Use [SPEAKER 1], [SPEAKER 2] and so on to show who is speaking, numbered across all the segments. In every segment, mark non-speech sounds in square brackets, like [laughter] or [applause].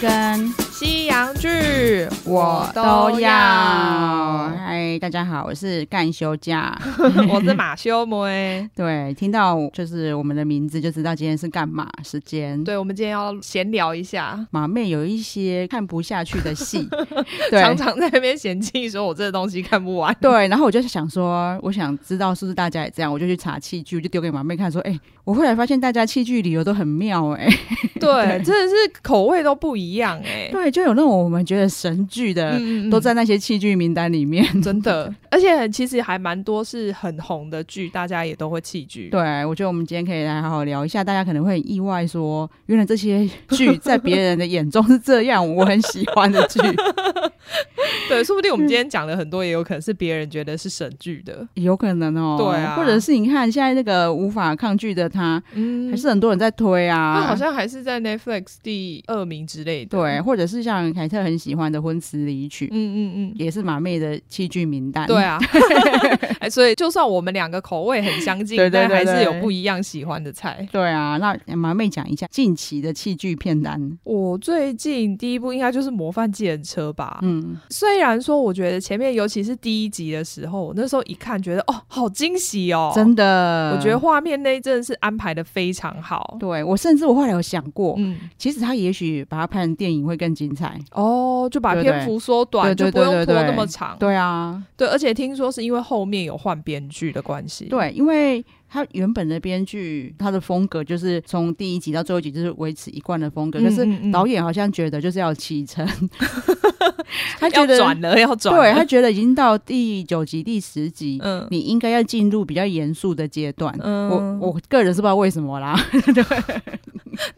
[SPEAKER 1] 跟
[SPEAKER 2] 西洋剧
[SPEAKER 1] 我都要。嗨，大家好，我是干休假。
[SPEAKER 2] [laughs] 我是马修梅。
[SPEAKER 1] 对，听到就是我们的名字就知道今天是干嘛时间。
[SPEAKER 2] [laughs] 对，我们今天要闲聊一下，
[SPEAKER 1] 马妹有一些看不下去的
[SPEAKER 2] [laughs]
[SPEAKER 1] 戏，对
[SPEAKER 2] 常常在那边嫌弃说我这东西看不完。
[SPEAKER 1] 对，然后我就想说，我想知道是不是大家也这样，我就去查器具，我就丢给马妹看，说，哎、我后来发现大家器具理由都很妙、
[SPEAKER 2] [laughs]
[SPEAKER 1] 哎，
[SPEAKER 2] [laughs] 对，真的是口味都不一样哎、
[SPEAKER 1] 对，就有那种我们觉得神剧的，
[SPEAKER 2] 嗯
[SPEAKER 1] 都在那些器具名单里面。
[SPEAKER 2] 真的， [laughs] 而且其实还蛮多是很红的剧，大家也都会弃剧。
[SPEAKER 1] 对，我觉得我们今天可以来好好聊一下，大家可能会很意外说，原来这些剧在别人的眼中是这样，我很喜欢的
[SPEAKER 2] [laughs]
[SPEAKER 1] 剧，
[SPEAKER 2] 对，说不定我们今天讲的很多，也有可能是别人觉得是神剧的。
[SPEAKER 1] 有可能哦。
[SPEAKER 2] 对啊
[SPEAKER 1] 或者是你看现在那个无法抗拒的他，
[SPEAKER 2] 嗯
[SPEAKER 1] 还是很多人在推啊。
[SPEAKER 2] 那好像还是在 Netflix 第二名之类的。
[SPEAKER 1] 对，，或者是像凯特很喜欢的《婚词离曲》
[SPEAKER 2] 嗯嗯嗯。
[SPEAKER 1] 也是马妹的器具名单。
[SPEAKER 2] 对， [laughs] 啊，哎，所以就算我们两个口味很相近，
[SPEAKER 1] 对对对
[SPEAKER 2] 但还
[SPEAKER 1] 对
[SPEAKER 2] 是有不一样喜欢的菜。
[SPEAKER 1] 对啊。那马妹讲一下近期的器具片单。
[SPEAKER 2] 我最近第一部应该就是《模范计程车》吧。
[SPEAKER 1] 嗯，
[SPEAKER 2] 虽然说我觉得前面，尤其是第一集的时候，我那时候一看觉得哦，好惊喜哦，
[SPEAKER 1] 真的，
[SPEAKER 2] 我觉得画面那一阵是安排的非常好。
[SPEAKER 1] 对我甚至我后来有想过，
[SPEAKER 2] 嗯，
[SPEAKER 1] 其实他也许把它拍成电影会更精彩。
[SPEAKER 2] 哦，就把
[SPEAKER 1] 对
[SPEAKER 2] 篇幅缩短，
[SPEAKER 1] 对对
[SPEAKER 2] 就不用
[SPEAKER 1] 对对
[SPEAKER 2] 拖
[SPEAKER 1] 对
[SPEAKER 2] 那么长。
[SPEAKER 1] 对啊，
[SPEAKER 2] 对，而且听说是因为后面有换编剧的关系。
[SPEAKER 1] 对，因为他原本的编剧他的风格就是从第一集到最后一集就是维持一贯的风格，
[SPEAKER 2] 嗯，
[SPEAKER 1] 可是
[SPEAKER 2] 嗯嗯
[SPEAKER 1] 导演好像觉得就是要启
[SPEAKER 2] [laughs]
[SPEAKER 1] 程，他觉
[SPEAKER 2] 要
[SPEAKER 1] 得
[SPEAKER 2] 转了，要转了，
[SPEAKER 1] 对他觉得已经到第九集、第十集，
[SPEAKER 2] 嗯
[SPEAKER 1] 你应该要进入比较严肃的阶段。
[SPEAKER 2] 嗯，
[SPEAKER 1] 我我个人是不知道为什么
[SPEAKER 2] [laughs]
[SPEAKER 1] 啦，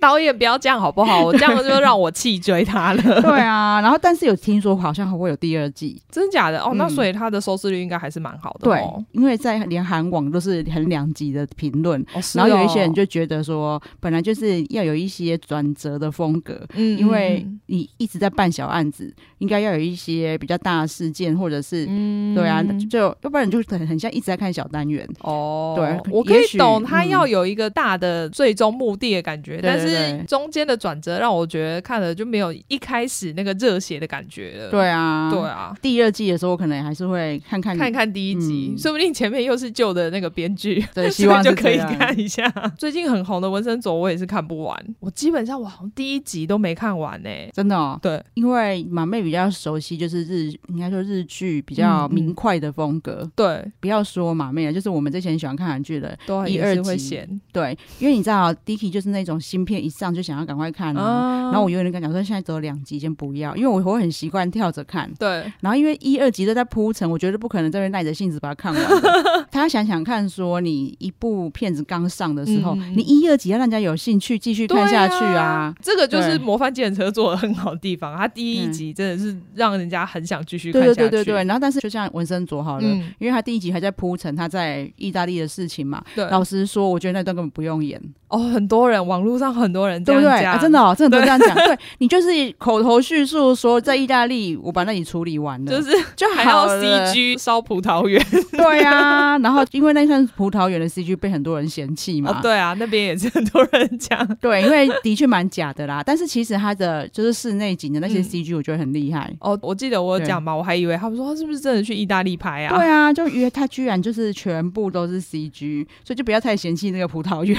[SPEAKER 2] 导演不要这样好不 [laughs] 好？我这样就让我气追他了，
[SPEAKER 1] 对啊， [laughs] 然后但是有听说好像还会有第二季，
[SPEAKER 2] [laughs] 真假的哦？那
[SPEAKER 1] 嗯
[SPEAKER 2] 所以他的收视率应该还是蛮好的
[SPEAKER 1] 对
[SPEAKER 2] 哦，
[SPEAKER 1] 因为在连韩网都是很两极的评论，
[SPEAKER 2] 哦是
[SPEAKER 1] 然后有一些
[SPEAKER 2] 哦
[SPEAKER 1] 人就觉得说，本来就是要有一些转折的风格，
[SPEAKER 2] 嗯
[SPEAKER 1] 因为
[SPEAKER 2] 嗯
[SPEAKER 1] 你一直在办小案子，应该要有一些比较大的事件，或者是、
[SPEAKER 2] 嗯
[SPEAKER 1] 对啊，就要不然你就很很像一直在看小单元。
[SPEAKER 2] 哦，
[SPEAKER 1] 对
[SPEAKER 2] 我可
[SPEAKER 1] 也
[SPEAKER 2] 以
[SPEAKER 1] 许
[SPEAKER 2] 懂他
[SPEAKER 1] 嗯
[SPEAKER 2] 要有一个大的最终目的的感觉，
[SPEAKER 1] 对
[SPEAKER 2] 但
[SPEAKER 1] 对
[SPEAKER 2] 是
[SPEAKER 1] 对
[SPEAKER 2] 中间的转折让我觉得看了就没有一开始那个热血的感觉了。
[SPEAKER 1] 对啊，
[SPEAKER 2] 对。啊，
[SPEAKER 1] 第二季的时候，我可能还是会看看
[SPEAKER 2] 看看第一集，
[SPEAKER 1] 嗯
[SPEAKER 2] 说不定前面又是旧的那个编 [laughs] 剧。
[SPEAKER 1] 对，
[SPEAKER 2] 所
[SPEAKER 1] 希
[SPEAKER 2] 以
[SPEAKER 1] 望是
[SPEAKER 2] 就可以
[SPEAKER 1] 这样
[SPEAKER 2] 看一 [laughs] 下。最近很红的《纹身左》，我也是看不完。我基本上我好像第一集都没看完呢、
[SPEAKER 1] 真的哦，
[SPEAKER 2] 对，
[SPEAKER 1] 因为马妹比较熟悉，就是日应该说日剧比较
[SPEAKER 2] 嗯嗯
[SPEAKER 1] 明快的风格。
[SPEAKER 2] 对，
[SPEAKER 1] 不要说马妹了，就是我们之前喜欢看韩剧的，
[SPEAKER 2] 都
[SPEAKER 1] 一
[SPEAKER 2] 也
[SPEAKER 1] 二
[SPEAKER 2] 是会
[SPEAKER 1] 集
[SPEAKER 2] 闲
[SPEAKER 1] 对，因为你知道 Dicky 就是那种芯片一上就想要赶快看啊。
[SPEAKER 2] 哦
[SPEAKER 1] 然后我永远跟他讲说，现在只有两集，先不要，因为我我很习惯跳着看。
[SPEAKER 2] 对，
[SPEAKER 1] 然后因为一二集都在铺陈，我觉得不可能这边耐着性子把它看完
[SPEAKER 2] [laughs]
[SPEAKER 1] 的。他想想看，说你一部片子刚上的时候，
[SPEAKER 2] 嗯嗯嗯
[SPEAKER 1] 你一二集要让人家有兴趣继续看下去
[SPEAKER 2] 对
[SPEAKER 1] 啊。
[SPEAKER 2] 这个就是
[SPEAKER 1] 对
[SPEAKER 2] 模范建车做的很好的地方，它第一
[SPEAKER 1] 嗯
[SPEAKER 2] 集真的是让人家很想啊继续看
[SPEAKER 1] 对
[SPEAKER 2] 下
[SPEAKER 1] 对
[SPEAKER 2] 去。
[SPEAKER 1] 对对对，然后但是就像文森佐好了，
[SPEAKER 2] 嗯，
[SPEAKER 1] 因为他第一集还在铺陈他在意大利的事情嘛。
[SPEAKER 2] 对。
[SPEAKER 1] 老实说，我觉得那段根本不用演，
[SPEAKER 2] 哦，很多人，网络上很多人这
[SPEAKER 1] 对不
[SPEAKER 2] 样
[SPEAKER 1] 对？
[SPEAKER 2] 讲，
[SPEAKER 1] 啊，真的、哦，真的都这样讲。对你就是口头叙述说在意大利，我把那里处理完了，
[SPEAKER 2] [laughs] 就是
[SPEAKER 1] 就
[SPEAKER 2] 还
[SPEAKER 1] 好
[SPEAKER 2] 要
[SPEAKER 1] 了
[SPEAKER 2] CG 烧葡萄园
[SPEAKER 1] 对啊，然后因为那一串葡萄园的 CG 被很多人嫌弃嘛，
[SPEAKER 2] 哦，对啊，那边也是很多人讲， [laughs]
[SPEAKER 1] 对，因为的确蛮假的啦。但是其实它的就是室内景的那些
[SPEAKER 2] 嗯
[SPEAKER 1] CG，我觉得很厉害。
[SPEAKER 2] 哦，我记得我有
[SPEAKER 1] 对
[SPEAKER 2] 讲嘛，我还以为他们说他是不是真的去意大利拍啊？
[SPEAKER 1] 对啊，就约他居然就是全部都是 CG，所以就不要太嫌弃那个葡萄
[SPEAKER 2] [laughs]
[SPEAKER 1] 园。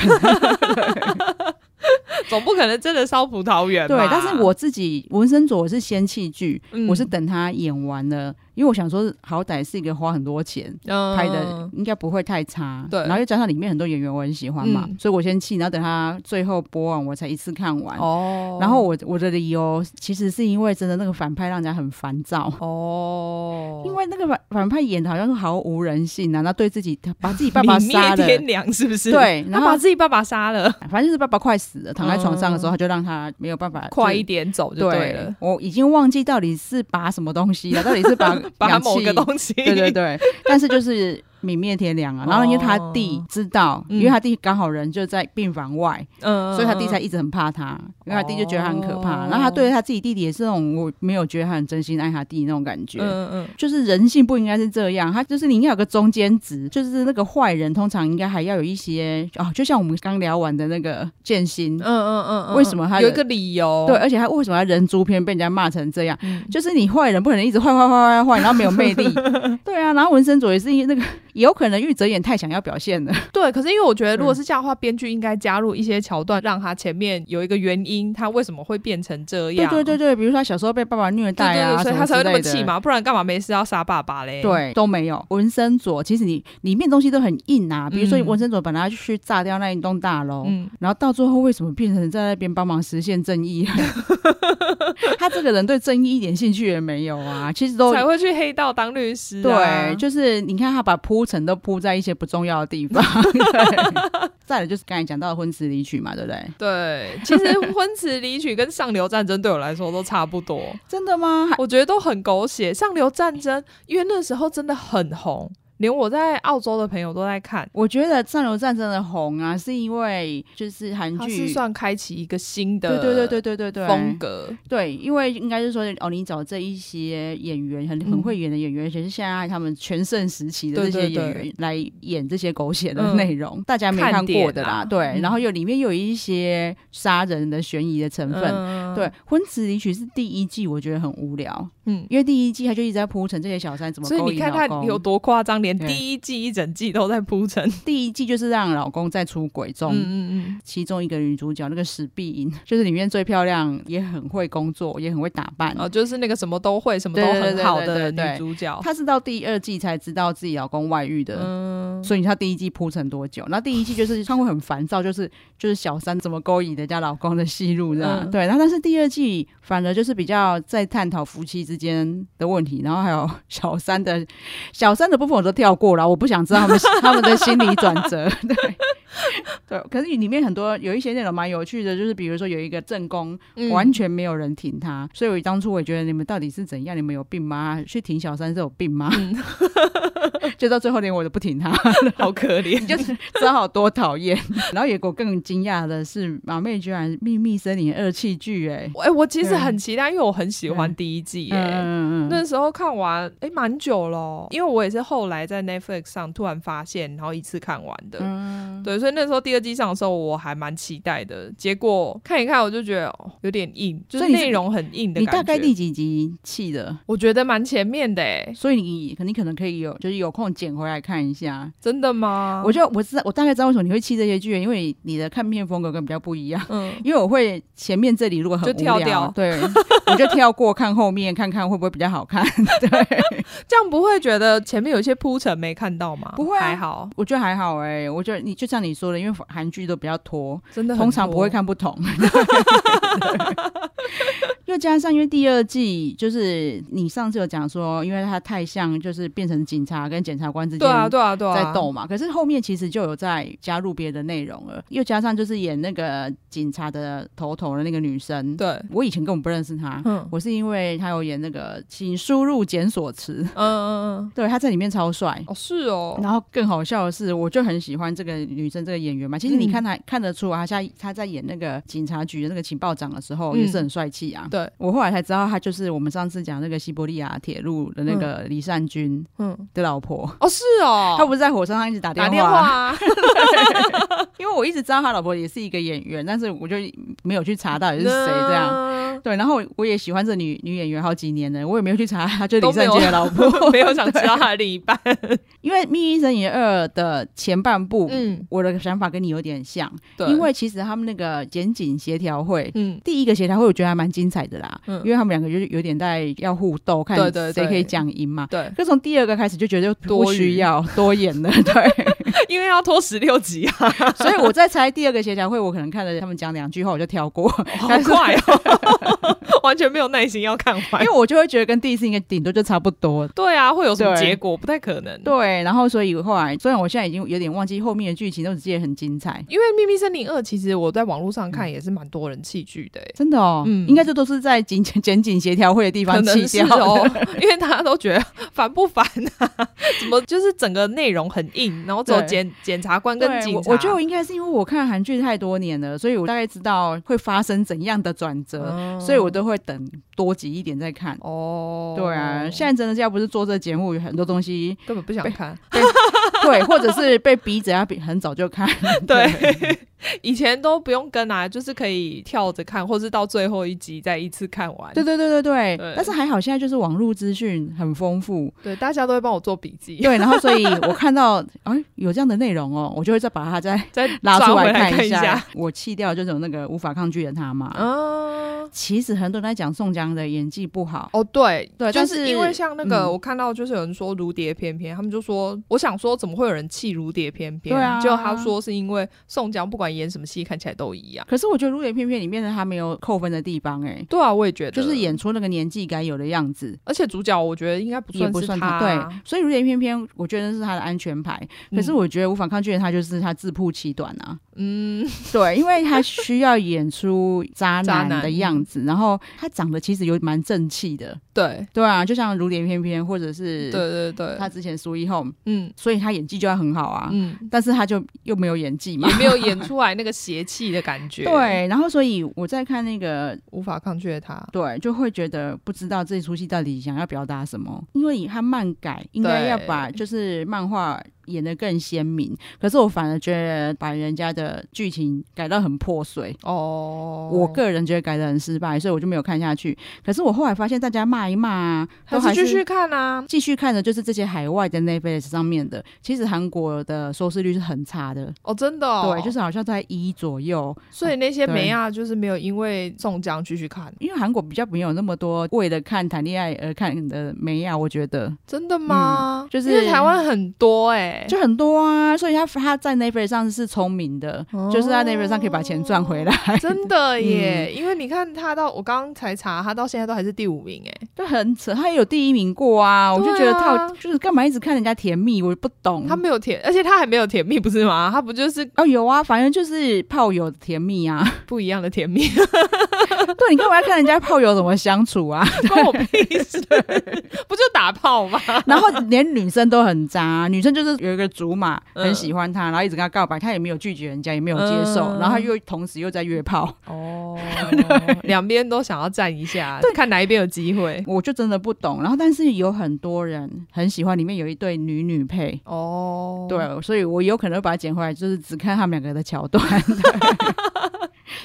[SPEAKER 2] [laughs] 总不可能真的烧葡萄园吧
[SPEAKER 1] 对，但是我自己纹身佐我是先弃剧，
[SPEAKER 2] 嗯
[SPEAKER 1] 我是等他演完了，因为我想说好歹是一个花很多钱。
[SPEAKER 2] 嗯
[SPEAKER 1] 拍的应该不会太差，
[SPEAKER 2] 对
[SPEAKER 1] 然后又加上里面很多演员我很喜欢嘛，
[SPEAKER 2] 嗯
[SPEAKER 1] 所以我先弃，然后等他最后播完我才一次看完。
[SPEAKER 2] 哦，
[SPEAKER 1] 然后我我的理由其实是因为真的那个反派让人家很烦躁。
[SPEAKER 2] 哦，
[SPEAKER 1] 因为那个反反派演的好像是毫无人性啊，那对自己他把自己爸爸
[SPEAKER 2] [laughs] 泯灭
[SPEAKER 1] 杀了，
[SPEAKER 2] 天良是不是？，
[SPEAKER 1] 对，
[SPEAKER 2] 他
[SPEAKER 1] 然后
[SPEAKER 2] 把自己爸爸杀了，
[SPEAKER 1] 反正就是爸爸快死了，躺在床上的时候，
[SPEAKER 2] 嗯
[SPEAKER 1] 他就让他没有办法
[SPEAKER 2] 快一
[SPEAKER 1] 点。
[SPEAKER 2] 点走就对
[SPEAKER 1] 对
[SPEAKER 2] 了，，
[SPEAKER 1] 我已经忘记
[SPEAKER 2] [laughs]
[SPEAKER 1] 到底是拔什么东西了，到底是拔
[SPEAKER 2] 把
[SPEAKER 1] 氧气
[SPEAKER 2] 某个东西，
[SPEAKER 1] 对对对，但是就是泯灭天良啊。
[SPEAKER 2] [laughs]
[SPEAKER 1] 然后因为他弟知道，
[SPEAKER 2] 嗯
[SPEAKER 1] 因为他弟刚好人就在病房外，
[SPEAKER 2] 嗯，
[SPEAKER 1] 所以他弟
[SPEAKER 2] 嗯
[SPEAKER 1] 才一直很怕他，因为他弟就觉得他很可怕。
[SPEAKER 2] 哦
[SPEAKER 1] 然后他对他自己弟弟也是那种我没有觉得他很真心爱他弟那种感觉。
[SPEAKER 2] 嗯嗯
[SPEAKER 1] 就是人性不应该是这样，他就是你应该有个中间值，就是那个坏人通常应该还要有一些哦，就像我们刚聊完的那个剑心
[SPEAKER 2] 嗯，嗯嗯嗯，
[SPEAKER 1] 为什么他的
[SPEAKER 2] 有一个理由？
[SPEAKER 1] 对，而且他为什么要人猪偏被人家骂成这样？
[SPEAKER 2] 嗯
[SPEAKER 1] 就是你坏人不可能一直坏坏坏坏坏，然后没有魅
[SPEAKER 2] [laughs]
[SPEAKER 1] 力。对啊，然后文森佐也是因为那个，也有可能玉泽演太想要表现了。
[SPEAKER 2] 对，可是因为我觉得，如果
[SPEAKER 1] 嗯
[SPEAKER 2] 是这样的话，编剧应该加入一些桥段，让他前面有一个原因，他为什么会变成这
[SPEAKER 1] 对
[SPEAKER 2] 样？
[SPEAKER 1] 对对对，比如说他小时候被爸爸虐
[SPEAKER 2] 对
[SPEAKER 1] 待啊，
[SPEAKER 2] 啊对对所以
[SPEAKER 1] 什
[SPEAKER 2] 他才
[SPEAKER 1] 之
[SPEAKER 2] 会那么
[SPEAKER 1] 类的
[SPEAKER 2] 气。嘛，不然干嘛没事要杀爸爸嘞？，
[SPEAKER 1] 对，都没有。文森佐其实你里面东西都很硬啊，比如说
[SPEAKER 2] 嗯
[SPEAKER 1] 文森佐本来要去炸掉那一栋大楼，
[SPEAKER 2] 嗯，
[SPEAKER 1] 然后到最后为什么变成在那边帮忙实现正义？ [laughs] 他这个人对正义一点兴趣也没有啊，其实都
[SPEAKER 2] 才会去黑道当律师、啊。
[SPEAKER 1] 对，就是你看他把铺陈都铺在一些不重要的地方。 [laughs] 对再来就是刚才讲到的婚词离曲嘛，对不对？
[SPEAKER 2] 对，其实婚词离曲跟上流战争对我来说都差不多，
[SPEAKER 1] 真的吗？
[SPEAKER 2] [laughs] 我觉得都很狗血。上流战争，因为那时候真的很红，连我在澳洲的朋友都在看，
[SPEAKER 1] 我觉得《战流战争》的红啊，是因为就是韩
[SPEAKER 2] 它是
[SPEAKER 1] 剧，
[SPEAKER 2] 算开启一个新的
[SPEAKER 1] 对对对对对对对，
[SPEAKER 2] 风格。
[SPEAKER 1] 对，因为应该是说哦，你找这一些演员很很
[SPEAKER 2] 嗯
[SPEAKER 1] 会演的演员，而且是现在他们全盛时期的这
[SPEAKER 2] 对
[SPEAKER 1] 些
[SPEAKER 2] 对
[SPEAKER 1] 演
[SPEAKER 2] 对
[SPEAKER 1] 员来演这些狗血的
[SPEAKER 2] 嗯
[SPEAKER 1] [laughs] 内容，大家没
[SPEAKER 2] 看
[SPEAKER 1] 看过
[SPEAKER 2] 点
[SPEAKER 1] 的
[SPEAKER 2] 啊
[SPEAKER 1] 啦。对，
[SPEAKER 2] 嗯
[SPEAKER 1] 然后又里面又有一些杀人的悬疑的成分，
[SPEAKER 2] 嗯
[SPEAKER 1] 对，《婚词离曲》是第一季，我觉得很无聊，
[SPEAKER 2] 嗯，
[SPEAKER 1] 因为第一季他就一直在铺陈这些小三怎么
[SPEAKER 2] 所以
[SPEAKER 1] 勾
[SPEAKER 2] 你
[SPEAKER 1] 引
[SPEAKER 2] 看
[SPEAKER 1] 老
[SPEAKER 2] 他
[SPEAKER 1] 公。
[SPEAKER 2] 有多夸张，连
[SPEAKER 1] 对
[SPEAKER 2] 第一季一整季都在铺陈。
[SPEAKER 1] 第一季就是让老公在出轨中。
[SPEAKER 2] 嗯嗯
[SPEAKER 1] 其中一个女主角那个史碧莹，就是里面最漂亮，也很会工作，也很会打扮
[SPEAKER 2] 嗯，。哦，就是那个什么都会，什么
[SPEAKER 1] 对
[SPEAKER 2] 都
[SPEAKER 1] 对对
[SPEAKER 2] 很
[SPEAKER 1] 对
[SPEAKER 2] 好
[SPEAKER 1] 对
[SPEAKER 2] 的
[SPEAKER 1] 对对
[SPEAKER 2] 女主角。
[SPEAKER 1] 她是到第二季才知道自己老公外遇的，
[SPEAKER 2] 嗯，
[SPEAKER 1] 所以她第一季铺陈多久？然后第一季就是她会很烦躁，就是就是小三怎么勾引人家老公的戏路这样。
[SPEAKER 2] 嗯
[SPEAKER 1] 对，然后但是第二季反而就是比较在探讨夫妻之间的问题，然后还有小三的小三的部分我都跳过了，我不想知道他们 [laughs] 他们的心理转
[SPEAKER 2] [laughs]
[SPEAKER 1] 折。对。对，可是里面很多有一些内容蛮有趣的，就是比如说有一个正宫
[SPEAKER 2] 嗯
[SPEAKER 1] 完全没有人挺他，所以我当初我也觉得你们到底是怎样？你们有病吗？去挺小三是有病吗？
[SPEAKER 2] 嗯
[SPEAKER 1] [laughs] 就到最后连我都不挺他，
[SPEAKER 2] [laughs]
[SPEAKER 1] [laughs]
[SPEAKER 2] 好可怜，就是
[SPEAKER 1] 知好多讨厌。 [laughs] 然后也给我更惊讶的是，马妹居然《秘密森林》二弃剧、欸，
[SPEAKER 2] 哎、我其实
[SPEAKER 1] 对
[SPEAKER 2] 很期待，因为我很喜欢第一季耶、
[SPEAKER 1] 嗯嗯嗯，
[SPEAKER 2] 那时候看完，哎、蛮久了哦、因为我也是后来在 Netflix 上突然发现，然后一次看完的。
[SPEAKER 1] 嗯
[SPEAKER 2] 对，所以那时候第二季上的时候，我还蛮期待的。结果看一看，我就觉得、哦、有点硬，就
[SPEAKER 1] 所
[SPEAKER 2] 是
[SPEAKER 1] 以你是
[SPEAKER 2] 内容很硬的
[SPEAKER 1] 你
[SPEAKER 2] 感觉。
[SPEAKER 1] 大概第几集弃的？
[SPEAKER 2] 我觉得蛮前面的哎、
[SPEAKER 1] 所以你你可能可以有，就是有空捡回来看一下。
[SPEAKER 2] 真的吗？
[SPEAKER 1] 我就我知道，我大概知道为什么你会弃这些剧，因为你的看片风格跟比较不一样。
[SPEAKER 2] 嗯，
[SPEAKER 1] 因为我会前面这里如果很
[SPEAKER 2] 就
[SPEAKER 1] 无
[SPEAKER 2] 跳
[SPEAKER 1] 聊
[SPEAKER 2] 掉
[SPEAKER 1] 对，我就跳过看后面，看看会不会比较好看。 [laughs] 对，
[SPEAKER 2] 这样不会觉得前面有一些铺陈没看到吗？
[SPEAKER 1] 不会啊
[SPEAKER 2] 还好，
[SPEAKER 1] 我觉得还好哎、我觉得你就像你说的，因为韩剧都比较拖，
[SPEAKER 2] 真的很
[SPEAKER 1] 通常不会
[SPEAKER 2] 多。
[SPEAKER 1] 看不同。 [laughs] 对又加上，因为第二季就是你上次有讲说，因为它太像就是变成警察跟检察官之间
[SPEAKER 2] 对啊，对啊，对啊，
[SPEAKER 1] 在斗嘛。可是后面其实就有在加入别的内容了，又加上就是演那个警察的头头的那个女生，
[SPEAKER 2] 对，
[SPEAKER 1] 我以前根本不认识她，
[SPEAKER 2] 嗯
[SPEAKER 1] 我是因为他有演那个《请输入检索词》
[SPEAKER 2] 嗯嗯嗯，
[SPEAKER 1] 对，他在里面超帅。
[SPEAKER 2] 哦，是哦，
[SPEAKER 1] 然后更好笑的是，我就很喜欢这个女生这个演员嘛。其实你
[SPEAKER 2] 嗯
[SPEAKER 1] 看她、看得出啊，她在她在演那个警察局的那个情报长的时候，
[SPEAKER 2] 嗯
[SPEAKER 1] 也是很帅气啊。
[SPEAKER 2] 对，
[SPEAKER 1] 我后来才知道，她就是我们上次讲那个西伯利亚铁路的那个李善均
[SPEAKER 2] 嗯，
[SPEAKER 1] 的老婆。
[SPEAKER 2] 哦，是嗯哦，
[SPEAKER 1] 她不是在火车上一直打电
[SPEAKER 2] 打
[SPEAKER 1] 话，
[SPEAKER 2] 电话啊，
[SPEAKER 1] 因为我一直知道她老婆也是一个演员，但是我就没有去查到底是谁这样。
[SPEAKER 2] [laughs] 样？
[SPEAKER 1] 对，然后我也喜欢这女女演员好几年了，我也没有去查她就
[SPEAKER 2] 都
[SPEAKER 1] 李善
[SPEAKER 2] 没有，
[SPEAKER 1] 均的老婆
[SPEAKER 2] 没有想知道他的另一半。
[SPEAKER 1] 因为《秘密森林二》的前半部，
[SPEAKER 2] 嗯，
[SPEAKER 1] 我的想法跟你有点像，
[SPEAKER 2] 对，
[SPEAKER 1] 因为其实他们那个检警协调会。
[SPEAKER 2] 嗯，
[SPEAKER 1] 第一个协调会我觉得还蛮精彩的啦，
[SPEAKER 2] 嗯
[SPEAKER 1] 因为他们两个就是有点在要互斗，看
[SPEAKER 2] 对对对
[SPEAKER 1] 谁可以讲赢嘛。
[SPEAKER 2] 对，
[SPEAKER 1] 可从第二个开始就觉得就 [laughs]
[SPEAKER 2] 多
[SPEAKER 1] 不
[SPEAKER 2] 余
[SPEAKER 1] 需要多演了，对
[SPEAKER 2] [laughs] 因为要拖十六集啊，
[SPEAKER 1] 所以我在猜第二个协调会，我可能看了他们讲两句话我就跳过，
[SPEAKER 2] [laughs] 好
[SPEAKER 1] 哎但是
[SPEAKER 2] 快啊哦， [laughs] 完全没有耐心要
[SPEAKER 1] [laughs]
[SPEAKER 2] 看
[SPEAKER 1] 因
[SPEAKER 2] 完
[SPEAKER 1] 为。我就会觉得跟第一次应该顶多就差不多。
[SPEAKER 2] 对啊，会有什么
[SPEAKER 1] 对
[SPEAKER 2] 结果？不太可能。，
[SPEAKER 1] 对，然后所以后来虽然我现在已经有点忘记后面的剧情，但我记得很精彩，
[SPEAKER 2] 因为《秘密森林二》其实我在网络上
[SPEAKER 1] 嗯
[SPEAKER 2] 看也是蛮多人弃剧的、欸，
[SPEAKER 1] 真的哦，
[SPEAKER 2] 嗯
[SPEAKER 1] 应该这都是在 [laughs] 警检警协调会的地
[SPEAKER 2] 可
[SPEAKER 1] 方
[SPEAKER 2] 能
[SPEAKER 1] 弃
[SPEAKER 2] 是
[SPEAKER 1] 掉
[SPEAKER 2] 哦
[SPEAKER 1] 的。，
[SPEAKER 2] 因为大家都觉得烦不烦啊？ [laughs] 怎么就是整个内容很硬，然后只有
[SPEAKER 1] 对
[SPEAKER 2] 检检察官
[SPEAKER 1] 对
[SPEAKER 2] [laughs] 跟警
[SPEAKER 1] 我
[SPEAKER 2] 察，
[SPEAKER 1] 我觉得我应该是因为我看韩剧太多年了，所以我大概知道会发生怎样的转折，
[SPEAKER 2] 嗯
[SPEAKER 1] 所以我都会等多集一点再看。
[SPEAKER 2] 哦，
[SPEAKER 1] 对啊，现在真的是要不是做这节目，有很多东西
[SPEAKER 2] 根本不想看。 [laughs]
[SPEAKER 1] 对， [laughs] 或者是被逼着要比很早就
[SPEAKER 2] [laughs]
[SPEAKER 1] 看。
[SPEAKER 2] 对， [laughs] 以前都不用跟啊，就是可以跳着看，或是到最后一集再一次看完。
[SPEAKER 1] 对对对对对
[SPEAKER 2] 对
[SPEAKER 1] 但是还好现在就是网络资讯很丰
[SPEAKER 2] [laughs]
[SPEAKER 1] 富，
[SPEAKER 2] 对，大家都会帮我做笔记，
[SPEAKER 1] 对，然后所以我看到哎有这样的内容哦，我就会再把它再
[SPEAKER 2] 再
[SPEAKER 1] 拉
[SPEAKER 2] 抓
[SPEAKER 1] 出
[SPEAKER 2] 回
[SPEAKER 1] 看
[SPEAKER 2] 看
[SPEAKER 1] 一
[SPEAKER 2] 下。
[SPEAKER 1] 我弃掉这种那个无法抗拒的他嘛。
[SPEAKER 2] 啊，
[SPEAKER 1] 其实很多人在讲宋江的演技不好，
[SPEAKER 2] 哦，对
[SPEAKER 1] 对
[SPEAKER 2] 就
[SPEAKER 1] 但
[SPEAKER 2] 是
[SPEAKER 1] 是
[SPEAKER 2] 因为像那个，
[SPEAKER 1] 嗯
[SPEAKER 2] 我看到就是有人说《如蝶翩翩》，他们就说，我想说怎么会有人气《如蝶翩翩》？
[SPEAKER 1] 对啊
[SPEAKER 2] 就他说是因为宋江不管演什么戏看起来都一样。
[SPEAKER 1] 可是我觉得《如蝶翩翩》里面的他没有扣分的地方、哎，
[SPEAKER 2] 对啊，我也觉得，
[SPEAKER 1] 就是，演出那个年纪该有的样子。
[SPEAKER 2] 而且主角我觉得应该不
[SPEAKER 1] 也
[SPEAKER 2] 算
[SPEAKER 1] 不
[SPEAKER 2] 是
[SPEAKER 1] 算
[SPEAKER 2] 他
[SPEAKER 1] 他，
[SPEAKER 2] 啊，
[SPEAKER 1] 对，所以《如蝶翩翩》，我觉得那是他的安全牌。可是
[SPEAKER 2] 嗯
[SPEAKER 1] 我觉得无法抗拒的他就是他自曝其短
[SPEAKER 2] [laughs]
[SPEAKER 1] 啊，
[SPEAKER 2] 嗯，
[SPEAKER 1] 对，因为他需要演出渣
[SPEAKER 2] 渣
[SPEAKER 1] 男
[SPEAKER 2] 男
[SPEAKER 1] 的样子，然后他长得其实有蛮正气的，
[SPEAKER 2] 对，
[SPEAKER 1] 对啊，就像《如蝶翩翩》或者是
[SPEAKER 2] 对对对，
[SPEAKER 1] 他之前《苏一 home》，
[SPEAKER 2] 嗯
[SPEAKER 1] 所以他演技就要很好啊，
[SPEAKER 2] 嗯，
[SPEAKER 1] 但是他就又没有演技嘛
[SPEAKER 2] 也。没有演出来那个邪气的感觉，，
[SPEAKER 1] [laughs] 对，然后所以我在看那个，
[SPEAKER 2] 无法抗拒的他，
[SPEAKER 1] 对，就会觉得不知道这出戏到底想要表达什么，因为他漫改应该
[SPEAKER 2] 对
[SPEAKER 1] 要把就是漫画演得更鲜明，可是我反而觉得把人家的剧情改到很破碎，
[SPEAKER 2] 哦，
[SPEAKER 1] 我个人觉得改的很失败，所以我就没有看下去。可是我后来发现，大家骂一骂啊，
[SPEAKER 2] 还
[SPEAKER 1] 都
[SPEAKER 2] 是
[SPEAKER 1] 还
[SPEAKER 2] 继续
[SPEAKER 1] 是
[SPEAKER 2] 看啊，
[SPEAKER 1] 继续看的，就是这些海外的 Netflix 上面的。其实韩国的收视率是很差的，
[SPEAKER 2] 哦，真的、哦，
[SPEAKER 1] 对，就是好像在一左右，
[SPEAKER 2] 所以那些
[SPEAKER 1] 对
[SPEAKER 2] 梅亚就是没有因为宋江继续看，
[SPEAKER 1] 因为韩国比较没有那么多为了看谈恋爱而看的美亚，我觉得
[SPEAKER 2] 真的吗？
[SPEAKER 1] 嗯就是
[SPEAKER 2] 因为台湾很多哎、
[SPEAKER 1] 就很多啊，所以他他在 Netflix 上是聪明的，
[SPEAKER 2] 哦
[SPEAKER 1] 就是在 Netflix 上可以把钱赚回来， [laughs]
[SPEAKER 2] 真的
[SPEAKER 1] 嗯
[SPEAKER 2] 耶，因为你看他到我刚刚才查，他到现在都还是第五名哎，
[SPEAKER 1] 就很扯。他也有第一名过啊，我就觉得
[SPEAKER 2] 对
[SPEAKER 1] 套、
[SPEAKER 2] 啊
[SPEAKER 1] 就是干嘛一直看人家甜蜜，我不懂。
[SPEAKER 2] 他没有甜，而且他还没有甜蜜不是吗？他不就是
[SPEAKER 1] 哦，有啊，反正就是炮友的甜蜜啊。 [laughs]
[SPEAKER 2] 不一样的甜蜜，
[SPEAKER 1] 对，你干嘛要看人家炮友怎么相处啊？ [laughs]
[SPEAKER 2] 关我屁事，不就打炮吗？
[SPEAKER 1] 然后连女生都很渣，女生就是有一个竹马
[SPEAKER 2] 嗯
[SPEAKER 1] 很喜欢他，然后一直跟他告白，他也没有拒绝人家，也没有接受，
[SPEAKER 2] 嗯
[SPEAKER 1] 然后他又同时又在约炮，
[SPEAKER 2] 哦， [laughs] 两边都想要站一下，看哪一边有
[SPEAKER 1] [laughs]
[SPEAKER 2] 机会
[SPEAKER 1] 我就真的不懂。然后但是有很多人很喜欢，里面有一对女女配。
[SPEAKER 2] 哦，
[SPEAKER 1] 对，啊所以我有可能会把它捡回来，就是只看他们两个的桥段， [laughs] 对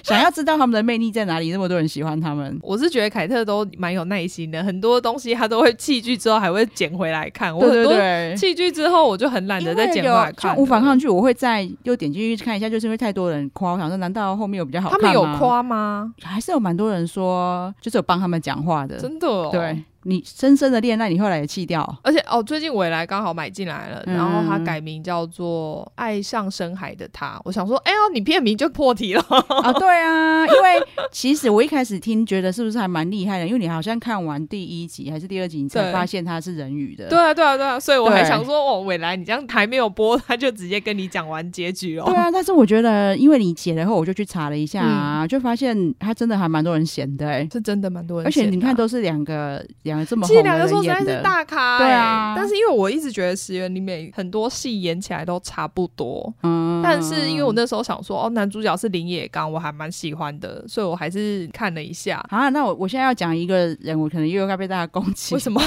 [SPEAKER 1] 想要知道他们的魅力在哪里，那么多人喜欢他们。
[SPEAKER 2] 我是觉得凯特都蛮有耐心的，很多东西他都会弃剧之后还会捡回来看。我
[SPEAKER 1] 对
[SPEAKER 2] 很
[SPEAKER 1] 对
[SPEAKER 2] 多
[SPEAKER 1] 对，
[SPEAKER 2] 弃剧之后，我就很懒
[SPEAKER 1] 因
[SPEAKER 2] 得
[SPEAKER 1] 为
[SPEAKER 2] 再捡回
[SPEAKER 1] 有
[SPEAKER 2] 来看。
[SPEAKER 1] 像无法抗，拒，我会再又点进去看一下，就是因为太多人夸，我想说难道后面有比较好
[SPEAKER 2] 他
[SPEAKER 1] 看啊
[SPEAKER 2] 们
[SPEAKER 1] 吗？
[SPEAKER 2] 有，夸吗？
[SPEAKER 1] 还是有蛮多人说，就是有帮他们讲话的。
[SPEAKER 2] 真的哦。
[SPEAKER 1] 对。你深深的恋爱，你后来也弃掉。
[SPEAKER 2] 而且哦，最近未来刚好买进来了，
[SPEAKER 1] 嗯
[SPEAKER 2] 然后他改名叫做《爱上深海的他》。我想说，哎呦，你片名就破题了。
[SPEAKER 1] [laughs] 啊，对啊，因为其实我一开始听觉得是不是还蛮厉害的，因为你好像看完第一集还是第二集，你才
[SPEAKER 2] 对
[SPEAKER 1] 发现他是人鱼的。
[SPEAKER 2] 对啊，对啊，对啊，所以我还
[SPEAKER 1] 对
[SPEAKER 2] 想说，哦，未来你这样还没有播，他就直接跟你讲完结局哦。
[SPEAKER 1] 对啊，但是我觉得，因为你写了后，我就去查了一下
[SPEAKER 2] 嗯
[SPEAKER 1] 啊，就发现他真的还蛮多人嫌的、欸，
[SPEAKER 2] [laughs] 是真的蛮多人
[SPEAKER 1] 而且
[SPEAKER 2] 写的啊，
[SPEAKER 1] 你看都是两个两个这么
[SPEAKER 2] 其
[SPEAKER 1] 红的
[SPEAKER 2] 实两个
[SPEAKER 1] 人
[SPEAKER 2] 说实在
[SPEAKER 1] 演
[SPEAKER 2] 是
[SPEAKER 1] 的，
[SPEAKER 2] 大咖、欸，
[SPEAKER 1] 对啊
[SPEAKER 2] 但是因为我一直觉得石原里面很多戏演起来都差不多，
[SPEAKER 1] 嗯
[SPEAKER 2] 但是因为我那时候想说，哦，男主角是林野刚，我还蛮喜欢的，所以我还是看了一下。
[SPEAKER 1] 啊，那我我现在要讲一个人，我可能又要被大家攻击。
[SPEAKER 2] 为什么？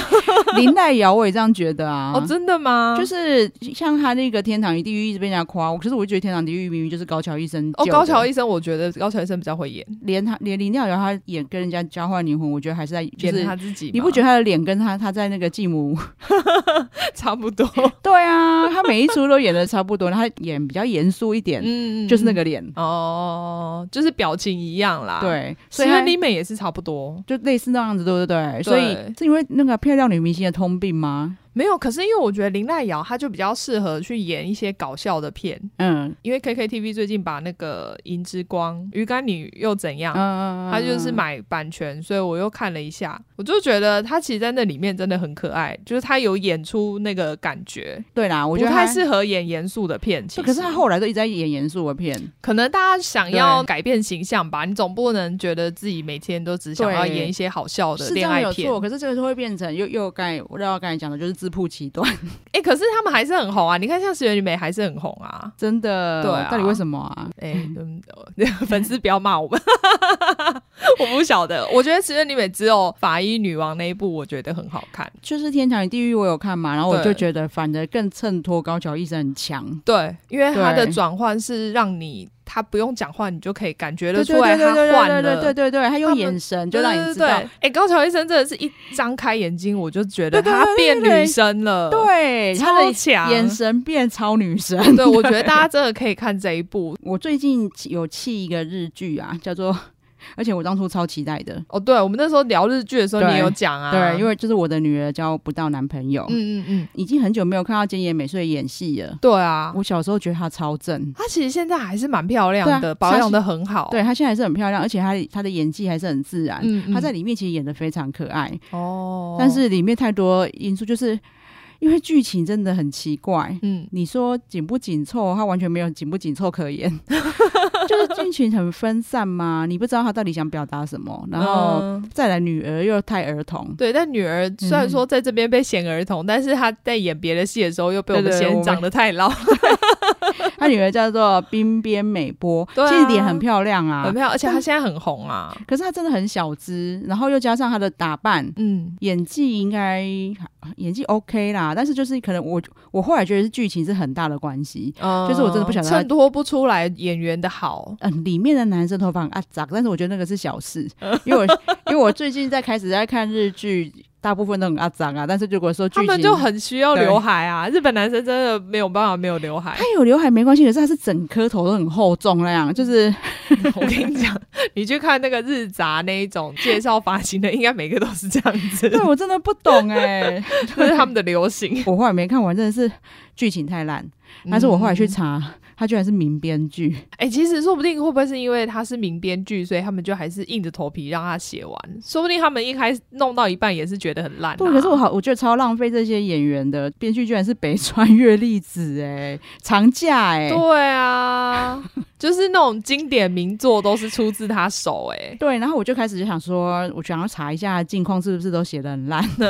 [SPEAKER 1] 林黛瑶，我也这样觉得啊。
[SPEAKER 2] 哦，真的吗？
[SPEAKER 1] 就是像他那个《天堂与地狱》一直被人家夸，我可是我就觉得《天堂地狱》明明就是高桥医生
[SPEAKER 2] 哦，
[SPEAKER 1] 救
[SPEAKER 2] 高
[SPEAKER 1] 的
[SPEAKER 2] 桥医生，我觉得高桥医生比较会演，
[SPEAKER 1] 连他连林黛瑶他演跟人家交换灵魂，我觉得还是在就
[SPEAKER 2] 演
[SPEAKER 1] 是
[SPEAKER 2] 他自己吗， [laughs]
[SPEAKER 1] 你不觉得他的脸跟他他在那个继母
[SPEAKER 2] 得差不多？
[SPEAKER 1] [laughs] 对 [laughs] 啊，他每一出都演的差不多，然后他演比较严肃一点，
[SPEAKER 2] 嗯
[SPEAKER 1] 就是那个脸，
[SPEAKER 2] 哦，就是表情一样啦。，
[SPEAKER 1] 对，嗯啊所
[SPEAKER 2] 石
[SPEAKER 1] 以他
[SPEAKER 2] 原里美也是差不多。
[SPEAKER 1] 就类似那样子，对不对？所以是因为那个漂亮女明星的通病吗？
[SPEAKER 2] 没有，可是因为我觉得林奈瑶她就比较适合去演一些搞笑的片，
[SPEAKER 1] 嗯
[SPEAKER 2] 因为 KKTV 最近把那个《银之光》《鱼竿女又怎样》
[SPEAKER 1] 嗯，
[SPEAKER 2] 他就是买版权，所以我又看了一下，我就觉得他其实在那里面真的很可爱，就是他有演出那个感觉，
[SPEAKER 1] 对啦，我觉得
[SPEAKER 2] 不太
[SPEAKER 1] 他
[SPEAKER 2] 适合演严肃的片。其
[SPEAKER 1] 对可
[SPEAKER 2] 实，
[SPEAKER 1] 是他后来都一直在演严肃的片，
[SPEAKER 2] 可能大家想要
[SPEAKER 1] 对
[SPEAKER 2] 改变形象吧，你总不能觉得自己每天都只想要演一些好笑的
[SPEAKER 1] 是这
[SPEAKER 2] 恋
[SPEAKER 1] 样没
[SPEAKER 2] 爱
[SPEAKER 1] 有
[SPEAKER 2] 片。
[SPEAKER 1] 错。可是这个就会变成又又刚才我绕到刚才讲的，就是自曝其短，
[SPEAKER 2] 哎、可是他们还是很红啊！你看像石原里美还是很红啊。
[SPEAKER 1] 真的。
[SPEAKER 2] 对啊
[SPEAKER 1] 到底为什么啊？
[SPEAKER 2] 哎、嗯， [laughs] 粉丝不要骂我们， [laughs] 我不晓得。我觉得石原里美只有《法医女王》那一部，我觉得很好看。
[SPEAKER 1] 就是《天堂与地狱》我有看嘛，然后我
[SPEAKER 2] 对
[SPEAKER 1] 就觉得反而更衬托高桥医生很强。
[SPEAKER 2] 对，因为它的
[SPEAKER 1] 对
[SPEAKER 2] 转换是让你他不用讲话，你就可以感觉
[SPEAKER 1] 对
[SPEAKER 2] 得
[SPEAKER 1] 对
[SPEAKER 2] 出来
[SPEAKER 1] 对
[SPEAKER 2] 他
[SPEAKER 1] 对对
[SPEAKER 2] 换
[SPEAKER 1] 对对
[SPEAKER 2] 了。
[SPEAKER 1] 对对对，他用
[SPEAKER 2] 他们
[SPEAKER 1] 眼神就
[SPEAKER 2] 对
[SPEAKER 1] 让你
[SPEAKER 2] 对
[SPEAKER 1] 知
[SPEAKER 2] 对
[SPEAKER 1] 道
[SPEAKER 2] 哎、，高桥医生真的是一张开眼睛，我就觉得
[SPEAKER 1] 对对
[SPEAKER 2] 他
[SPEAKER 1] 对对
[SPEAKER 2] 变
[SPEAKER 1] 对对
[SPEAKER 2] 女生了，哎
[SPEAKER 1] 对他
[SPEAKER 2] 超
[SPEAKER 1] 的
[SPEAKER 2] 强。
[SPEAKER 1] 眼 [laughs] 神变超女神。
[SPEAKER 2] 对，我觉得大家真的可以看这一部。
[SPEAKER 1] [laughs] 我最近有弃一个日剧啊，叫做， [laughs] 而且我当初超期待的，
[SPEAKER 2] 哦，对，我们那时候聊日剧的时候，
[SPEAKER 1] 对
[SPEAKER 2] 你也有讲啊，
[SPEAKER 1] 对，因
[SPEAKER 2] 为
[SPEAKER 1] 为就是我的女儿交不到男朋友，
[SPEAKER 2] 嗯嗯嗯，
[SPEAKER 1] 已经很久没有看到菅野美穗演戏了。
[SPEAKER 2] 对啊，
[SPEAKER 1] 我小时候觉得她超正，
[SPEAKER 2] 她其实现在还是蛮漂亮
[SPEAKER 1] 对
[SPEAKER 2] 的，
[SPEAKER 1] 啊
[SPEAKER 2] 保养的很好。
[SPEAKER 1] 对她现在还是很漂亮，而且她她的演技还是很自然。
[SPEAKER 2] 哦嗯，嗯
[SPEAKER 1] 她在里面其实演的非常可爱，
[SPEAKER 2] 哦，
[SPEAKER 1] 但是里面太多因素，就是因为剧情真的很奇怪。
[SPEAKER 2] 嗯，
[SPEAKER 1] 你说紧不紧凑，她完全没有紧不紧凑可言， [laughs] 就是剧情很分散嘛，你不知道她到底想表达什么，然后
[SPEAKER 2] 嗯
[SPEAKER 1] 再来女儿又太儿童。
[SPEAKER 2] 对，但女儿虽
[SPEAKER 1] 嗯
[SPEAKER 2] 然说在这边被嫌儿童，但是她在演别的戏的时候又被我们
[SPEAKER 1] 对对我
[SPEAKER 2] 嫌
[SPEAKER 1] 们
[SPEAKER 2] 长得太老，
[SPEAKER 1] 她女儿叫做冰边美波，
[SPEAKER 2] 对啊
[SPEAKER 1] 其实脸很漂亮啊
[SPEAKER 2] 很，漂亮，而且她现在很红啊。
[SPEAKER 1] 可是她真的很小资，然后又加上她的打扮，
[SPEAKER 2] 嗯，
[SPEAKER 1] 演技应该演技 OK 啦，但是就是可能我我后来觉得是剧情是很大的关系。就是我真的不晓得她
[SPEAKER 2] 嗯衬托不出来演员的好。
[SPEAKER 1] 嗯，里面的男生头发很阿杂，但是我觉得那个是小事，因
[SPEAKER 2] [laughs]
[SPEAKER 1] 为我因为我最近在开始在看日剧，大部分都很阿杂啊，但是如果说剧
[SPEAKER 2] 他
[SPEAKER 1] 情
[SPEAKER 2] 们就很需要
[SPEAKER 1] 对
[SPEAKER 2] 刘海啊，日本男生真的没有办法没有
[SPEAKER 1] [laughs]
[SPEAKER 2] 刘海
[SPEAKER 1] 他。有刘海没关系，可是他是整颗头都很厚重那样，
[SPEAKER 2] [laughs]
[SPEAKER 1] 就是
[SPEAKER 2] 我跟你讲，你去看那个日杂那一种介绍发型的，应该每个都是这样子，
[SPEAKER 1] 对我真的不懂哎、
[SPEAKER 2] [laughs] 这是他们的流行。
[SPEAKER 1] 我后来没看完，真的是剧情太烂，但是我后来去
[SPEAKER 2] 嗯，
[SPEAKER 1] 查，他居然是名编剧，
[SPEAKER 2] 哎、其实说不定会不会是因为他是名编剧，所以他们就还是硬着头皮让他写完。说不定他们一开始弄到一半也是觉得很烂、啊。
[SPEAKER 1] 对，可是我好，我觉得超浪费这些演员的。编剧居然是北川月粒子、哎，长假、哎，
[SPEAKER 2] 对啊，就是那种经典名作都是出自他手、哎，
[SPEAKER 1] 对，然后我就开始就想说，我想要查一下近况是不是都写的 [laughs] 很烂呢？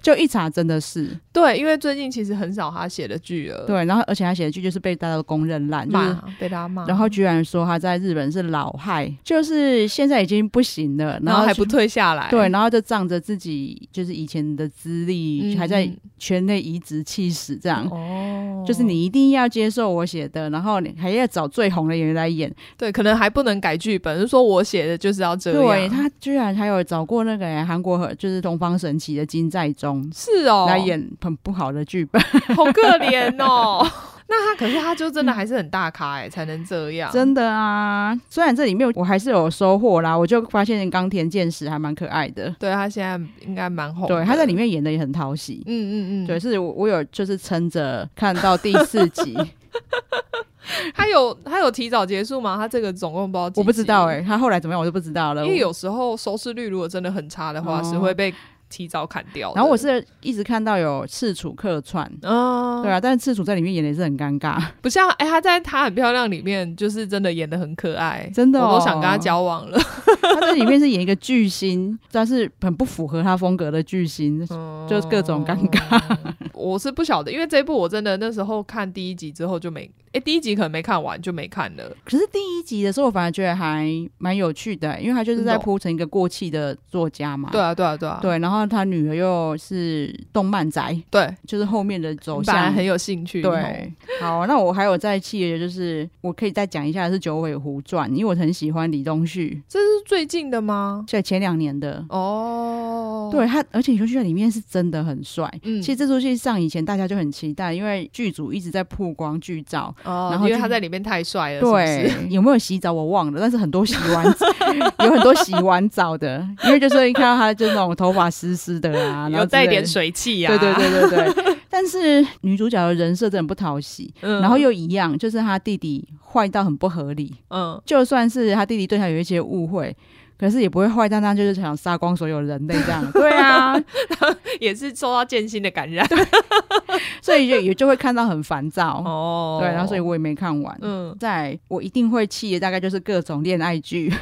[SPEAKER 1] 就一查真的是
[SPEAKER 2] 对，因为最近其实很少他写的剧了，，
[SPEAKER 1] 对，然后而且他写的剧就是被大家都公认烂，就是。
[SPEAKER 2] 呃骂被他骂，
[SPEAKER 1] 然后居然说他在日本是老害，就是现在已经不行了，
[SPEAKER 2] 然后还
[SPEAKER 1] 就
[SPEAKER 2] 不退下来，
[SPEAKER 1] 对，然后就仗着自己就是以前的资历，
[SPEAKER 2] 嗯
[SPEAKER 1] 还在圈内颐指气使这样。
[SPEAKER 2] 哦，
[SPEAKER 1] 就是你一定要接受我写的，然后你还要找最红的演员来演。
[SPEAKER 2] 对，可能还不能改剧本，就说我写的就是要这样，
[SPEAKER 1] 对，他居然还有找过那个诶韩国和就是东方神起的金在中、
[SPEAKER 2] 是哦，
[SPEAKER 1] 来演很不好的剧本，
[SPEAKER 2] 好可怜哦。 [laughs] 那他可是他就真的还是很大咖哎、才能
[SPEAKER 1] [laughs]
[SPEAKER 2] 这样，
[SPEAKER 1] 真的啊！虽然这里面我还是有收获啦，我就发现冈田健史还蛮可爱的，
[SPEAKER 2] 对他现在应该蛮红的，
[SPEAKER 1] 对，他在里面演的也很讨喜。
[SPEAKER 2] 嗯嗯嗯，
[SPEAKER 1] 对，是我我有就是撑着看到第四
[SPEAKER 2] [laughs]
[SPEAKER 1] 集，
[SPEAKER 2] 他有他有提早结束吗？他这个总共不知道几集，
[SPEAKER 1] 我不知道哎、他后来怎么样我就不知道了。
[SPEAKER 2] 因为有时候收视率如果真的很差的话，
[SPEAKER 1] 哦
[SPEAKER 2] 是会被提早砍掉的。
[SPEAKER 1] 然后我是一直看到有赤楚客串，
[SPEAKER 2] 嗯，
[SPEAKER 1] 对啊，但是赤楚在里面演的也是很尴
[SPEAKER 2] [laughs]
[SPEAKER 1] 尬，
[SPEAKER 2] 不像哎、她在《她很漂亮》里面就是真的演的很可爱，
[SPEAKER 1] 真的
[SPEAKER 2] 我
[SPEAKER 1] 哦
[SPEAKER 2] 都想跟她交往了。 [laughs]
[SPEAKER 1] 他在里面是演一个巨星，但是很不符合他风格的巨星，
[SPEAKER 2] 哦
[SPEAKER 1] 就是各种尴
[SPEAKER 2] 尬。我是不晓得，因为这一部我真的那时候看第一集之后就没，哎、第一集可能没看完就没看了。
[SPEAKER 1] 可是第一集的时候，我反而觉得还蛮有趣的，欸因为他就是在
[SPEAKER 2] 真的哦
[SPEAKER 1] 铺成一个过气的作家嘛。
[SPEAKER 2] 对啊，对啊，对啊，
[SPEAKER 1] 对，然后他女儿又是动漫宅，
[SPEAKER 2] 对，
[SPEAKER 1] 就是后面的走
[SPEAKER 2] 你本来
[SPEAKER 1] 向
[SPEAKER 2] 很哦有兴趣。
[SPEAKER 1] 对，好，那我还有在气的就是，我可以再讲一下是《九尾狐传》，因为我很喜欢李东旭，
[SPEAKER 2] 这是最近的吗？
[SPEAKER 1] 在前两年的。
[SPEAKER 2] 哦，哦，
[SPEAKER 1] 对他，而且尤其在里面是真的很帅。
[SPEAKER 2] 嗯
[SPEAKER 1] 其实这出戏上以前大家就很期待，因为剧组一直在曝光剧照。
[SPEAKER 2] 哦，
[SPEAKER 1] 然后
[SPEAKER 2] 因为
[SPEAKER 1] 就
[SPEAKER 2] 他在里面太帅了，是不
[SPEAKER 1] 对
[SPEAKER 2] 是，
[SPEAKER 1] 有没有洗澡我忘了，但是很多洗完
[SPEAKER 2] [laughs]
[SPEAKER 1] 有很多洗完澡的，因为就是一看到他就那种头发湿湿的啊， [laughs] 然后
[SPEAKER 2] 有带一
[SPEAKER 1] 之类的
[SPEAKER 2] 点水啊汽呀、
[SPEAKER 1] 对对，对对对。但是女主角的人设真的很不讨喜，
[SPEAKER 2] 嗯
[SPEAKER 1] 然后又一样，就是她弟弟坏到很不合理。
[SPEAKER 2] 嗯，
[SPEAKER 1] 就算是她弟弟对她有一些误会，可是也不会坏到那就是想杀光所有人类这
[SPEAKER 2] [laughs]
[SPEAKER 1] 样。对啊，
[SPEAKER 2] 也是受到剑心的感染
[SPEAKER 1] 所以就也就会看到很烦躁。
[SPEAKER 2] 哦
[SPEAKER 1] 对，然后所以我也没看完。
[SPEAKER 2] 嗯，
[SPEAKER 1] 在我一定会气的，大概就是各种恋爱剧，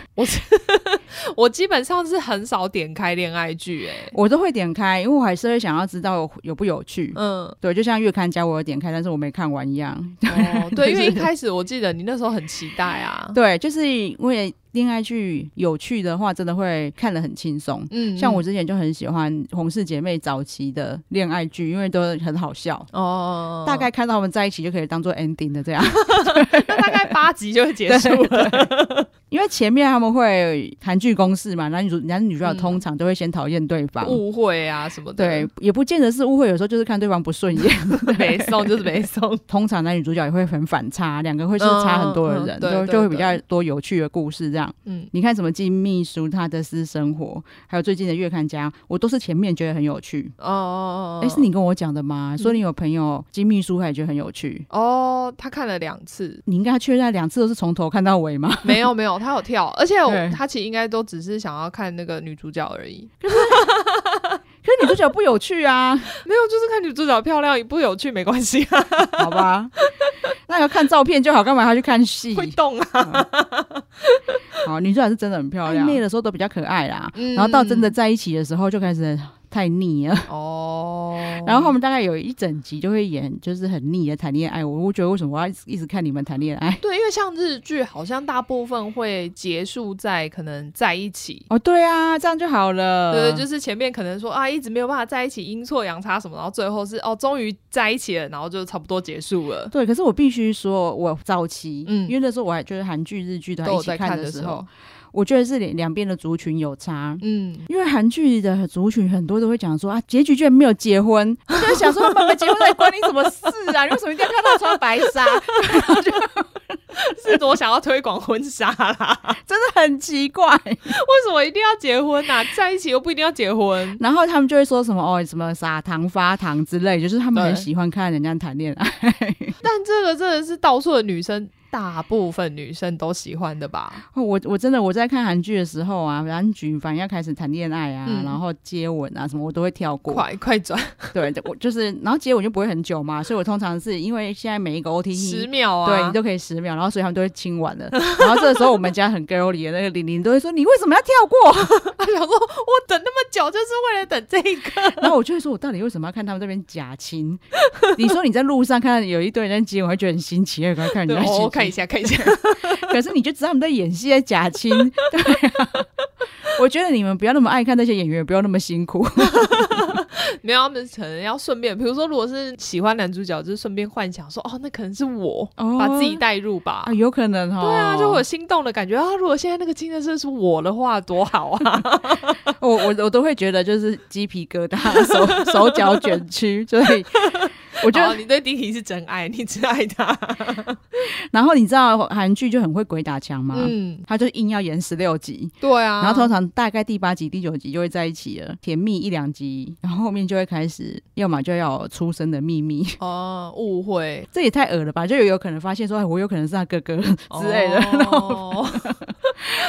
[SPEAKER 2] 我基本上是很少点开恋爱剧、欸，哎，
[SPEAKER 1] 我都会点开，因为我还是会想要知道有有不有趣。 [laughs]
[SPEAKER 2] 嗯，
[SPEAKER 1] 对，就像月刊家我有点开，但是我没看完一样。
[SPEAKER 2] 哦，对，因为一
[SPEAKER 1] 就是
[SPEAKER 2] 开始我记得你那时候很期待啊，
[SPEAKER 1] 对，就是因为恋爱剧有趣的话，真的会看得很轻松。
[SPEAKER 2] 嗯，
[SPEAKER 1] 像我
[SPEAKER 2] 嗯。
[SPEAKER 1] 之前就很喜欢《红氏姐妹》早期的恋爱剧，因为都很好笑，
[SPEAKER 2] 哦，
[SPEAKER 1] [laughs] 大概看到他们在一起就可以当做 ending 的这样。
[SPEAKER 2] 那大概八集就会结束
[SPEAKER 1] [laughs]
[SPEAKER 2] 了。
[SPEAKER 1] 因为前面他们会谈剧公事嘛，男女主男女主角
[SPEAKER 2] 嗯
[SPEAKER 1] 通常都会先讨厌对方，
[SPEAKER 2] 误会啊什么的，
[SPEAKER 1] 对，，也不见得是误会，有时候就是看对方不顺眼。
[SPEAKER 2] [laughs] 没
[SPEAKER 1] [laughs]
[SPEAKER 2] 送就是没送。
[SPEAKER 1] 通常男女主角也会很反差，两个会是差很多的人，
[SPEAKER 2] 嗯嗯对
[SPEAKER 1] 都
[SPEAKER 2] 对
[SPEAKER 1] 就会比
[SPEAKER 2] 对
[SPEAKER 1] 较多有趣的故事这样。
[SPEAKER 2] 嗯，
[SPEAKER 1] 你看什么《金秘书》他的私生活，还有最近的《月刊家》，我都是前面觉得很有趣。
[SPEAKER 2] 哦哦哦，
[SPEAKER 1] 哎、是你跟我讲的吗？说你有朋友《金秘书》，他也觉得很有趣。
[SPEAKER 2] 哦，他看了两次，
[SPEAKER 1] 你应该确认两次都是从头看到 [laughs] 尾吗？
[SPEAKER 2] 没有没有，他有跳，而且我
[SPEAKER 1] 对
[SPEAKER 2] 他其实应该都只是想要看那个女主角而已，
[SPEAKER 1] 可是女主角不有趣啊，
[SPEAKER 2] 没有，就是看女主角漂亮，不有趣没关系啊，
[SPEAKER 1] [laughs] 好吧？那要看照片就好，干嘛还要去看戏？
[SPEAKER 2] 会动啊，
[SPEAKER 1] 好，女主角是真的很漂亮，暧
[SPEAKER 2] 暧昧
[SPEAKER 1] 昧的时候都比较可爱啦，
[SPEAKER 2] 嗯
[SPEAKER 1] 然后到真的在一起的时候就开始太腻了。
[SPEAKER 2] 哦，
[SPEAKER 1] 然后他们大概有一整集就会演，就是很腻的谈恋爱。我会觉得为什么我要一直一直看你们谈恋爱？ [laughs]
[SPEAKER 2] 对，因为像日剧，好像大部分会结束在可能在一起。
[SPEAKER 1] 哦，对啊，这样就好了。
[SPEAKER 2] 对，就是前面可能说啊，一直没有办法在一起，阴错阳差什么，然后最后是哦，终于在一起了，然后就差不多结束了。
[SPEAKER 1] 对。可是我必须说，我早期，
[SPEAKER 2] 嗯
[SPEAKER 1] 因为那时候我还就是韩剧、日剧都还啊
[SPEAKER 2] 都
[SPEAKER 1] 一
[SPEAKER 2] 有
[SPEAKER 1] 起
[SPEAKER 2] 在看
[SPEAKER 1] 的
[SPEAKER 2] 时
[SPEAKER 1] 时候，，我觉得是两两边的族群有差。
[SPEAKER 2] 嗯，
[SPEAKER 1] 因为韩剧的族群很多都会讲说啊，结局居然没有结婚， [laughs] 我就想说他们没结婚，那关你什么事 [laughs] 啊？你为什么一定要看到穿白纱？
[SPEAKER 2] [laughs] 是多想要推广婚纱
[SPEAKER 1] [laughs]
[SPEAKER 2] 啦？
[SPEAKER 1] 真的很奇怪。
[SPEAKER 2] 为什么一定要结婚
[SPEAKER 1] 啊
[SPEAKER 2] 呐、 [laughs] 在一起又不一定要结婚。
[SPEAKER 1] 然后他们就会说什么哦，什么撒糖发糖之类，就是他们很
[SPEAKER 2] 对
[SPEAKER 1] 喜欢看人家谈恋爱。
[SPEAKER 2] 但这个真的是到处的女生，大部分女生都喜欢的吧？
[SPEAKER 1] 哦我我真的我在看韩剧的时候啊，韩剧反正要开始谈恋爱啊，
[SPEAKER 2] 嗯
[SPEAKER 1] 然后接吻啊什么，我都会跳过。
[SPEAKER 2] 快快
[SPEAKER 1] [laughs]
[SPEAKER 2] 转，
[SPEAKER 1] 对，我就是然后接吻就不会很久嘛，所以我通常是因为现在每一个 OT
[SPEAKER 2] 十秒啊！
[SPEAKER 1] 对你都可以十秒，然后所以他们都会亲完了。然后这个时候我们家很 girly 的那个玲玲都会说你为什么要跳过？ [laughs]
[SPEAKER 2] 他想说， [laughs] 我等那么久就是为了等这一个。
[SPEAKER 1] 然后我就会说我到底为什么要看他们这边假亲？ [laughs] 你说你在路上看到有一堆人在接吻，我会觉 [laughs] 得很新奇，赶快看人
[SPEAKER 2] 对，
[SPEAKER 1] 家亲
[SPEAKER 2] 我、
[SPEAKER 1] 亲。
[SPEAKER 2] 哦、看一下，看一下。
[SPEAKER 1] [laughs] 可是你就知道他们在演戏，在假 [laughs] 亲。对、啊，我觉得你们不要那么爱看那些演员，不要那么辛苦。
[SPEAKER 2] 没有，他们可能要顺便，比如说，如果是喜欢男主角，就是顺便幻想说，哦，那可能是我，
[SPEAKER 1] 哦
[SPEAKER 2] 把自己带入吧。
[SPEAKER 1] 啊，有可能哈。
[SPEAKER 2] 对啊，就会有心动的感觉啊！如果现在那个金的社是我的话，多好啊！
[SPEAKER 1] 我我我都会觉得就是鸡皮疙瘩，手 [laughs] 手脚卷曲，所 [laughs] 以。 [laughs] 我
[SPEAKER 2] 我
[SPEAKER 1] 觉得，
[SPEAKER 2] 哦你对丁婷是真爱，你真爱
[SPEAKER 1] [laughs]
[SPEAKER 2] 他。
[SPEAKER 1] 然后你知道韩剧就很会鬼打墙嘛，
[SPEAKER 2] 嗯，
[SPEAKER 1] 他就硬要演十六集，
[SPEAKER 2] 对啊。
[SPEAKER 1] 然后通常大概第八集、第九集就会在一起了，甜蜜一两集，然后后面就会开始，要么就要有出生的秘密， [laughs]
[SPEAKER 2] 哦，误会
[SPEAKER 1] 这也太恶了吧？就有有可能发现说，哎，我有可能是他哥哥之类的，然后
[SPEAKER 2] 哦，
[SPEAKER 1] [laughs]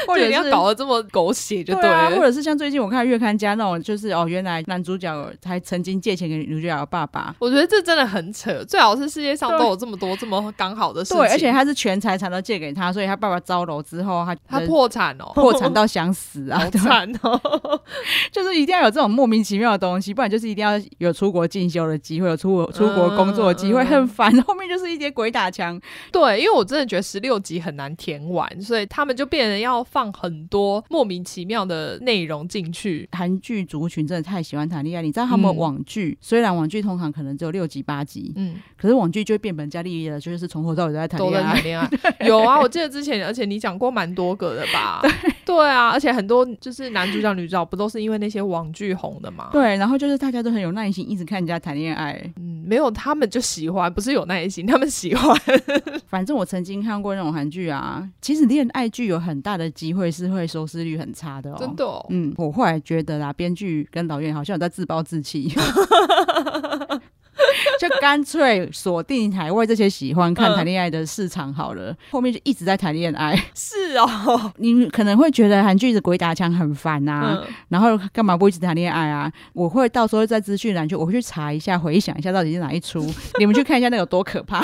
[SPEAKER 1] 或者
[SPEAKER 2] 对你要
[SPEAKER 1] 是
[SPEAKER 2] 搞得这么狗血就
[SPEAKER 1] 对
[SPEAKER 2] 对
[SPEAKER 1] 啊，
[SPEAKER 2] 了。
[SPEAKER 1] 或者是像最近我看《月刊家》那种，就是哦，原来男主角还曾经借钱给女主角的爸爸，
[SPEAKER 2] [laughs] 我觉得这真的很扯，最好是世界上
[SPEAKER 1] 对
[SPEAKER 2] 都有这么多这么刚好的事情。
[SPEAKER 1] 对，而且他是全财产都借给他，所以他爸爸遭楼之后，他
[SPEAKER 2] 他
[SPEAKER 1] 人
[SPEAKER 2] [laughs] 破产哦，
[SPEAKER 1] 破 [laughs] 产到想死啊 [laughs]
[SPEAKER 2] 好！惨 [laughs] 哦。
[SPEAKER 1] 就是一定要有这种莫名其妙的东西，不然就是一定要有出国进修的机会，有出国出国工作的机会，
[SPEAKER 2] 嗯嗯
[SPEAKER 1] 很烦。后面就是一些鬼打墙，
[SPEAKER 2] 对，因为我真的觉得十六集很难填完，所以他们就变成要放很多莫名其妙的内容进去。
[SPEAKER 1] 韩剧族群真的太喜欢谈恋爱，你知道他们
[SPEAKER 2] 嗯
[SPEAKER 1] 网剧、虽然网剧通常可能只有六集八集，
[SPEAKER 2] 嗯，
[SPEAKER 1] 可是网剧就会变本加厉的，就是从头到尾都在谈
[SPEAKER 2] 都在
[SPEAKER 1] 恋爱
[SPEAKER 2] 谈。恋爱， [laughs] 有啊，我记得之前，而且你讲过蛮多个的吧？对啊，而且很多就是男主角、女主角不都是因为那些网剧红的吗？
[SPEAKER 1] 对，然后就是大家都很有耐心，一直看人家谈恋爱。
[SPEAKER 2] 嗯，没有他们就喜欢，不是有耐心，他们喜欢。
[SPEAKER 1] 反正我曾经看过那种韩剧啊，其实恋爱剧有很大的机会是会收视率很差的哦。
[SPEAKER 2] 真的、哦，
[SPEAKER 1] 嗯，我后来觉得啦，编剧跟导演好像有在自暴自弃，就干脆锁定海外这些喜欢看
[SPEAKER 2] 嗯
[SPEAKER 1] 谈恋爱的市场好了。后面就一直在谈恋爱， [laughs]
[SPEAKER 2] 是哦，
[SPEAKER 1] 你可能会觉得韩剧的鬼打墙很烦啊，
[SPEAKER 2] 嗯，
[SPEAKER 1] 然后干嘛不一直谈恋爱啊？我会到时候在资讯栏就我会去查一下，回想一下到底是哪一
[SPEAKER 2] [laughs]
[SPEAKER 1] 出，你们去看一下那有多可怕。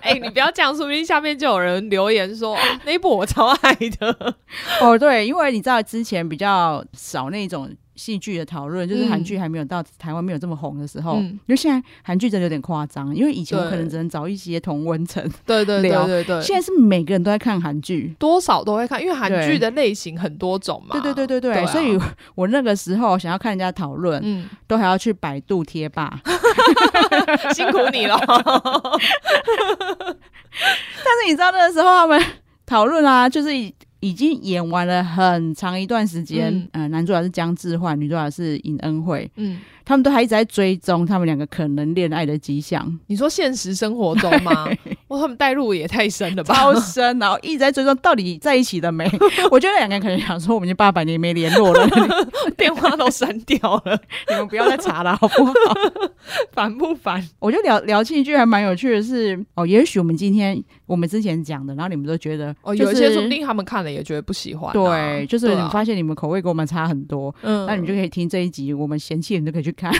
[SPEAKER 2] 哎、你不要这样，说不定下面就有人留言说，哦、那一部我超爱的。
[SPEAKER 1] [laughs] 哦，对，因为你知道之前比较少那种戏剧的讨论，就是韩
[SPEAKER 2] 嗯
[SPEAKER 1] 剧还没有到台湾没有这么红的时候，
[SPEAKER 2] 嗯
[SPEAKER 1] 因为现在韩剧真的有点夸张，因为以前我
[SPEAKER 2] 对
[SPEAKER 1] 可能只能找一些同温层，
[SPEAKER 2] 对对对
[SPEAKER 1] 聊
[SPEAKER 2] 对对，
[SPEAKER 1] 现在是每个人都在看韩剧。
[SPEAKER 2] 多少都会看，因为韩
[SPEAKER 1] 对
[SPEAKER 2] 剧的类型很多种嘛。
[SPEAKER 1] 对对对对对，
[SPEAKER 2] 对啊
[SPEAKER 1] 所以我那个时候想要看人家讨论，
[SPEAKER 2] 嗯，
[SPEAKER 1] 都还要去百度贴吧。但
[SPEAKER 2] [laughs] 辛苦你
[SPEAKER 1] [laughs]
[SPEAKER 2] 了。
[SPEAKER 1] 是你知道那个时候他们 [laughs] 讨论啊，就是已已经演完了很长一段时间，嗯
[SPEAKER 2] 嗯、
[SPEAKER 1] 男主角是姜智焕，女主角是尹恩惠，
[SPEAKER 2] 嗯，
[SPEAKER 1] 他们都还一直在追踪他们两个可能恋爱的迹象。
[SPEAKER 2] 你说现实生活中
[SPEAKER 1] [laughs]
[SPEAKER 2] 吗？哇，他们带入也太深了吧？ [laughs]
[SPEAKER 1] 超深，然后一直在追踪到底在一起了没。 [laughs] 我觉得两个人可能想说，我们已经八百年没联络了， [laughs] 你
[SPEAKER 2] 电话都删掉了，
[SPEAKER 1] 你们不要再查了，好不好？ [laughs]
[SPEAKER 2] 烦不烦？
[SPEAKER 1] 我就聊聊起一句还蛮有趣的是，哦，也许我们今天我们之前讲的，然后你们都觉得、
[SPEAKER 2] 哦，
[SPEAKER 1] 就
[SPEAKER 2] 有一些
[SPEAKER 1] 是
[SPEAKER 2] 说不定他们看了也觉得不喜欢啊、
[SPEAKER 1] 对，就是你
[SPEAKER 2] 啊
[SPEAKER 1] 们发现你们口味跟我们差很多，
[SPEAKER 2] 嗯
[SPEAKER 1] 那你们就可以听这一集，我们嫌弃你们就可以去
[SPEAKER 2] [laughs]
[SPEAKER 1] 看。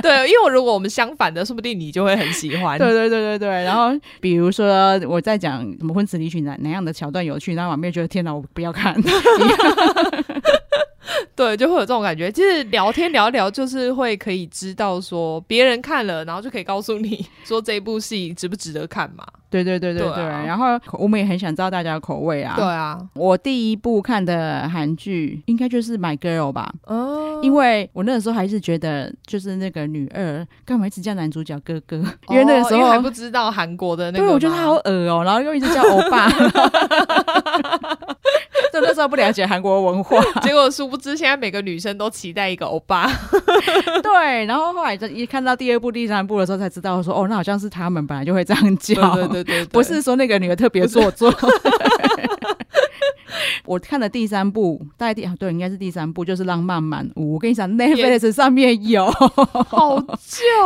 [SPEAKER 2] 对，因为如果我们相反的，说不定你就会很喜欢。
[SPEAKER 1] 对对对对对。然后比如说我在讲什么婚词离曲哪哪样的桥段有趣，那我妹觉得天哪，我不要看。 [laughs]
[SPEAKER 2] 对，就会有这种感觉。其实聊天聊一聊，就是会可以知道说别人看了，然后就可以告诉你 [laughs] 说这部戏值不值得看嘛。
[SPEAKER 1] 对对对对对。
[SPEAKER 2] 对啊
[SPEAKER 1] 然后我们也很想知道大家的口味啊。
[SPEAKER 2] 对啊，
[SPEAKER 1] 我第一部看的韩剧应该就是《My Girl》吧，
[SPEAKER 2] 哦，
[SPEAKER 1] 因为我那个时候还是觉得就是那个女二干嘛一直叫男主角哥哥，因为那个时
[SPEAKER 2] 哦因
[SPEAKER 1] 候
[SPEAKER 2] 还不知道韩国的那个
[SPEAKER 1] 对
[SPEAKER 2] 吗，
[SPEAKER 1] 我觉得他好恶哦、然后又一直叫欧巴， [laughs] 就那时候不了解韩国文化，
[SPEAKER 2] [laughs] 结果殊不知，现在每个女生都期待一个欧
[SPEAKER 1] [laughs]
[SPEAKER 2] 巴。
[SPEAKER 1] 对，然后后来就一看到第二部、第三部的时候才知道说哦，那好像是他们本来就会这样叫，
[SPEAKER 2] 对对对对，
[SPEAKER 1] 不是说那个女的特别做作。 [laughs] 我看的第三部，大概第啊对，应该是第三部，就是《浪漫满屋》。我跟你讲，Netflix 上面有，
[SPEAKER 2] [laughs] 好旧、哦，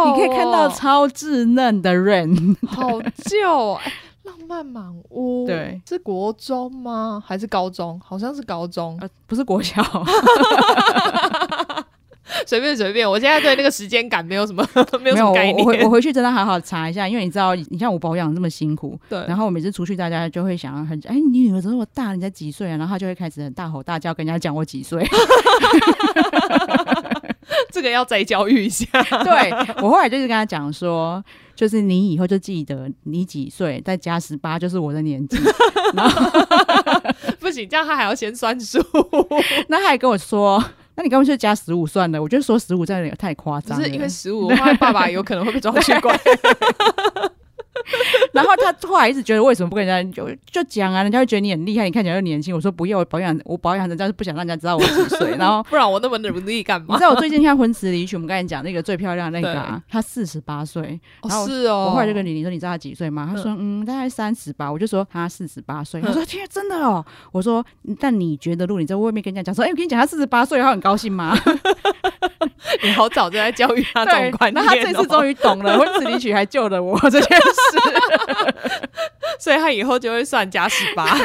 [SPEAKER 1] 你可以看到超稚嫩的 Rain，
[SPEAKER 2] 好旧、哦。哎浪漫满屋，
[SPEAKER 1] 对，
[SPEAKER 2] 是国中吗？还是高中？好像是高中， [laughs]
[SPEAKER 1] 呃不是国小，
[SPEAKER 2] 随便随便。我现在对那个时间感没有什么 [laughs] 没有什
[SPEAKER 1] 有。
[SPEAKER 2] 么
[SPEAKER 1] 我
[SPEAKER 2] 概
[SPEAKER 1] 我回
[SPEAKER 2] 念
[SPEAKER 1] 我。回去真的好好查一下，因为你知道，你像我保养这么辛苦，
[SPEAKER 2] 对，
[SPEAKER 1] 然后我每次出去，大家就会想要很，哎，你女儿怎么那么大？你才几岁啊？然后她就会开始很大吼大叫，跟人家讲我几岁。
[SPEAKER 2] [laughs] 这个要再教育一 [laughs] 下。
[SPEAKER 1] 对我后来就是跟他讲说，就是你以后就记得你几岁，再加十八就是我的年
[SPEAKER 2] [laughs]
[SPEAKER 1] 纪。
[SPEAKER 2] 不行，这样他还要先算 [laughs] 数，
[SPEAKER 1] 那他还跟我说，那你干脆就加十五算了。我就说十五真的有点太夸
[SPEAKER 2] 只
[SPEAKER 1] 张了。
[SPEAKER 2] 是因为十五，他爸爸有可能会被抓去关。
[SPEAKER 1] 然后他后来一直觉得为什么不跟人家就就讲啊，人家会觉得你很厉害，你看起来又年轻。我说不要，我保养我保养人家是不想让人家知道我几岁。然后
[SPEAKER 2] [laughs] 不然我那么努力干
[SPEAKER 1] 你
[SPEAKER 2] 嘛
[SPEAKER 1] 知？道我最近看《婚词离曲》，我们刚才讲那个最漂亮的那个、
[SPEAKER 2] [laughs]
[SPEAKER 1] 啊，她四十八岁。然后
[SPEAKER 2] 哦是哦，
[SPEAKER 1] 我后来就跟李玲说，你知道她几岁吗？她说嗯，大概三十吧。我就说她四十八
[SPEAKER 2] 嗯
[SPEAKER 1] 岁。她说天啊，真的哦。我说但你觉得，如果你在外面跟人家讲说，哎，我跟你讲，她四十八岁，她很高兴
[SPEAKER 2] [laughs]
[SPEAKER 1] 吗？
[SPEAKER 2] [laughs] 你好早就在教育他这种观
[SPEAKER 1] 那
[SPEAKER 2] 念、
[SPEAKER 1] 她
[SPEAKER 2] 哦。
[SPEAKER 1] 这
[SPEAKER 2] [laughs]
[SPEAKER 1] 次终于懂了，《婚词离曲》还救了我这件事。
[SPEAKER 2] 所以他以后就会算加十八。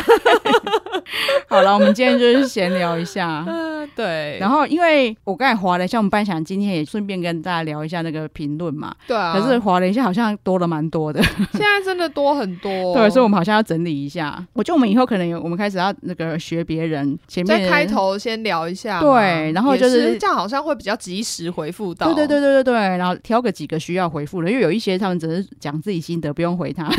[SPEAKER 1] 好了，我们今天就是闲聊一下。
[SPEAKER 2] [laughs] 嗯， [laughs] 对，
[SPEAKER 1] 然后，因为我刚才划了一下，我们本来想今天也顺便跟大家聊一下那个评论嘛，
[SPEAKER 2] 对啊，
[SPEAKER 1] 可是划了一下，好像多了蛮多的，
[SPEAKER 2] 现在真的多很多。
[SPEAKER 1] [laughs] 对，所以我们好像要整理一下。我觉得我们以后可能有，我们开始要那个学别人前面
[SPEAKER 2] 在开，头先聊一下嘛，
[SPEAKER 1] 对然后
[SPEAKER 2] 也
[SPEAKER 1] 就是是
[SPEAKER 2] 这样，好像会比较及时回复到。
[SPEAKER 1] 对对对对对对，然后挑个几 [laughs] 个需要回复的，因为有一些他们只是讲自己心得，不用回他。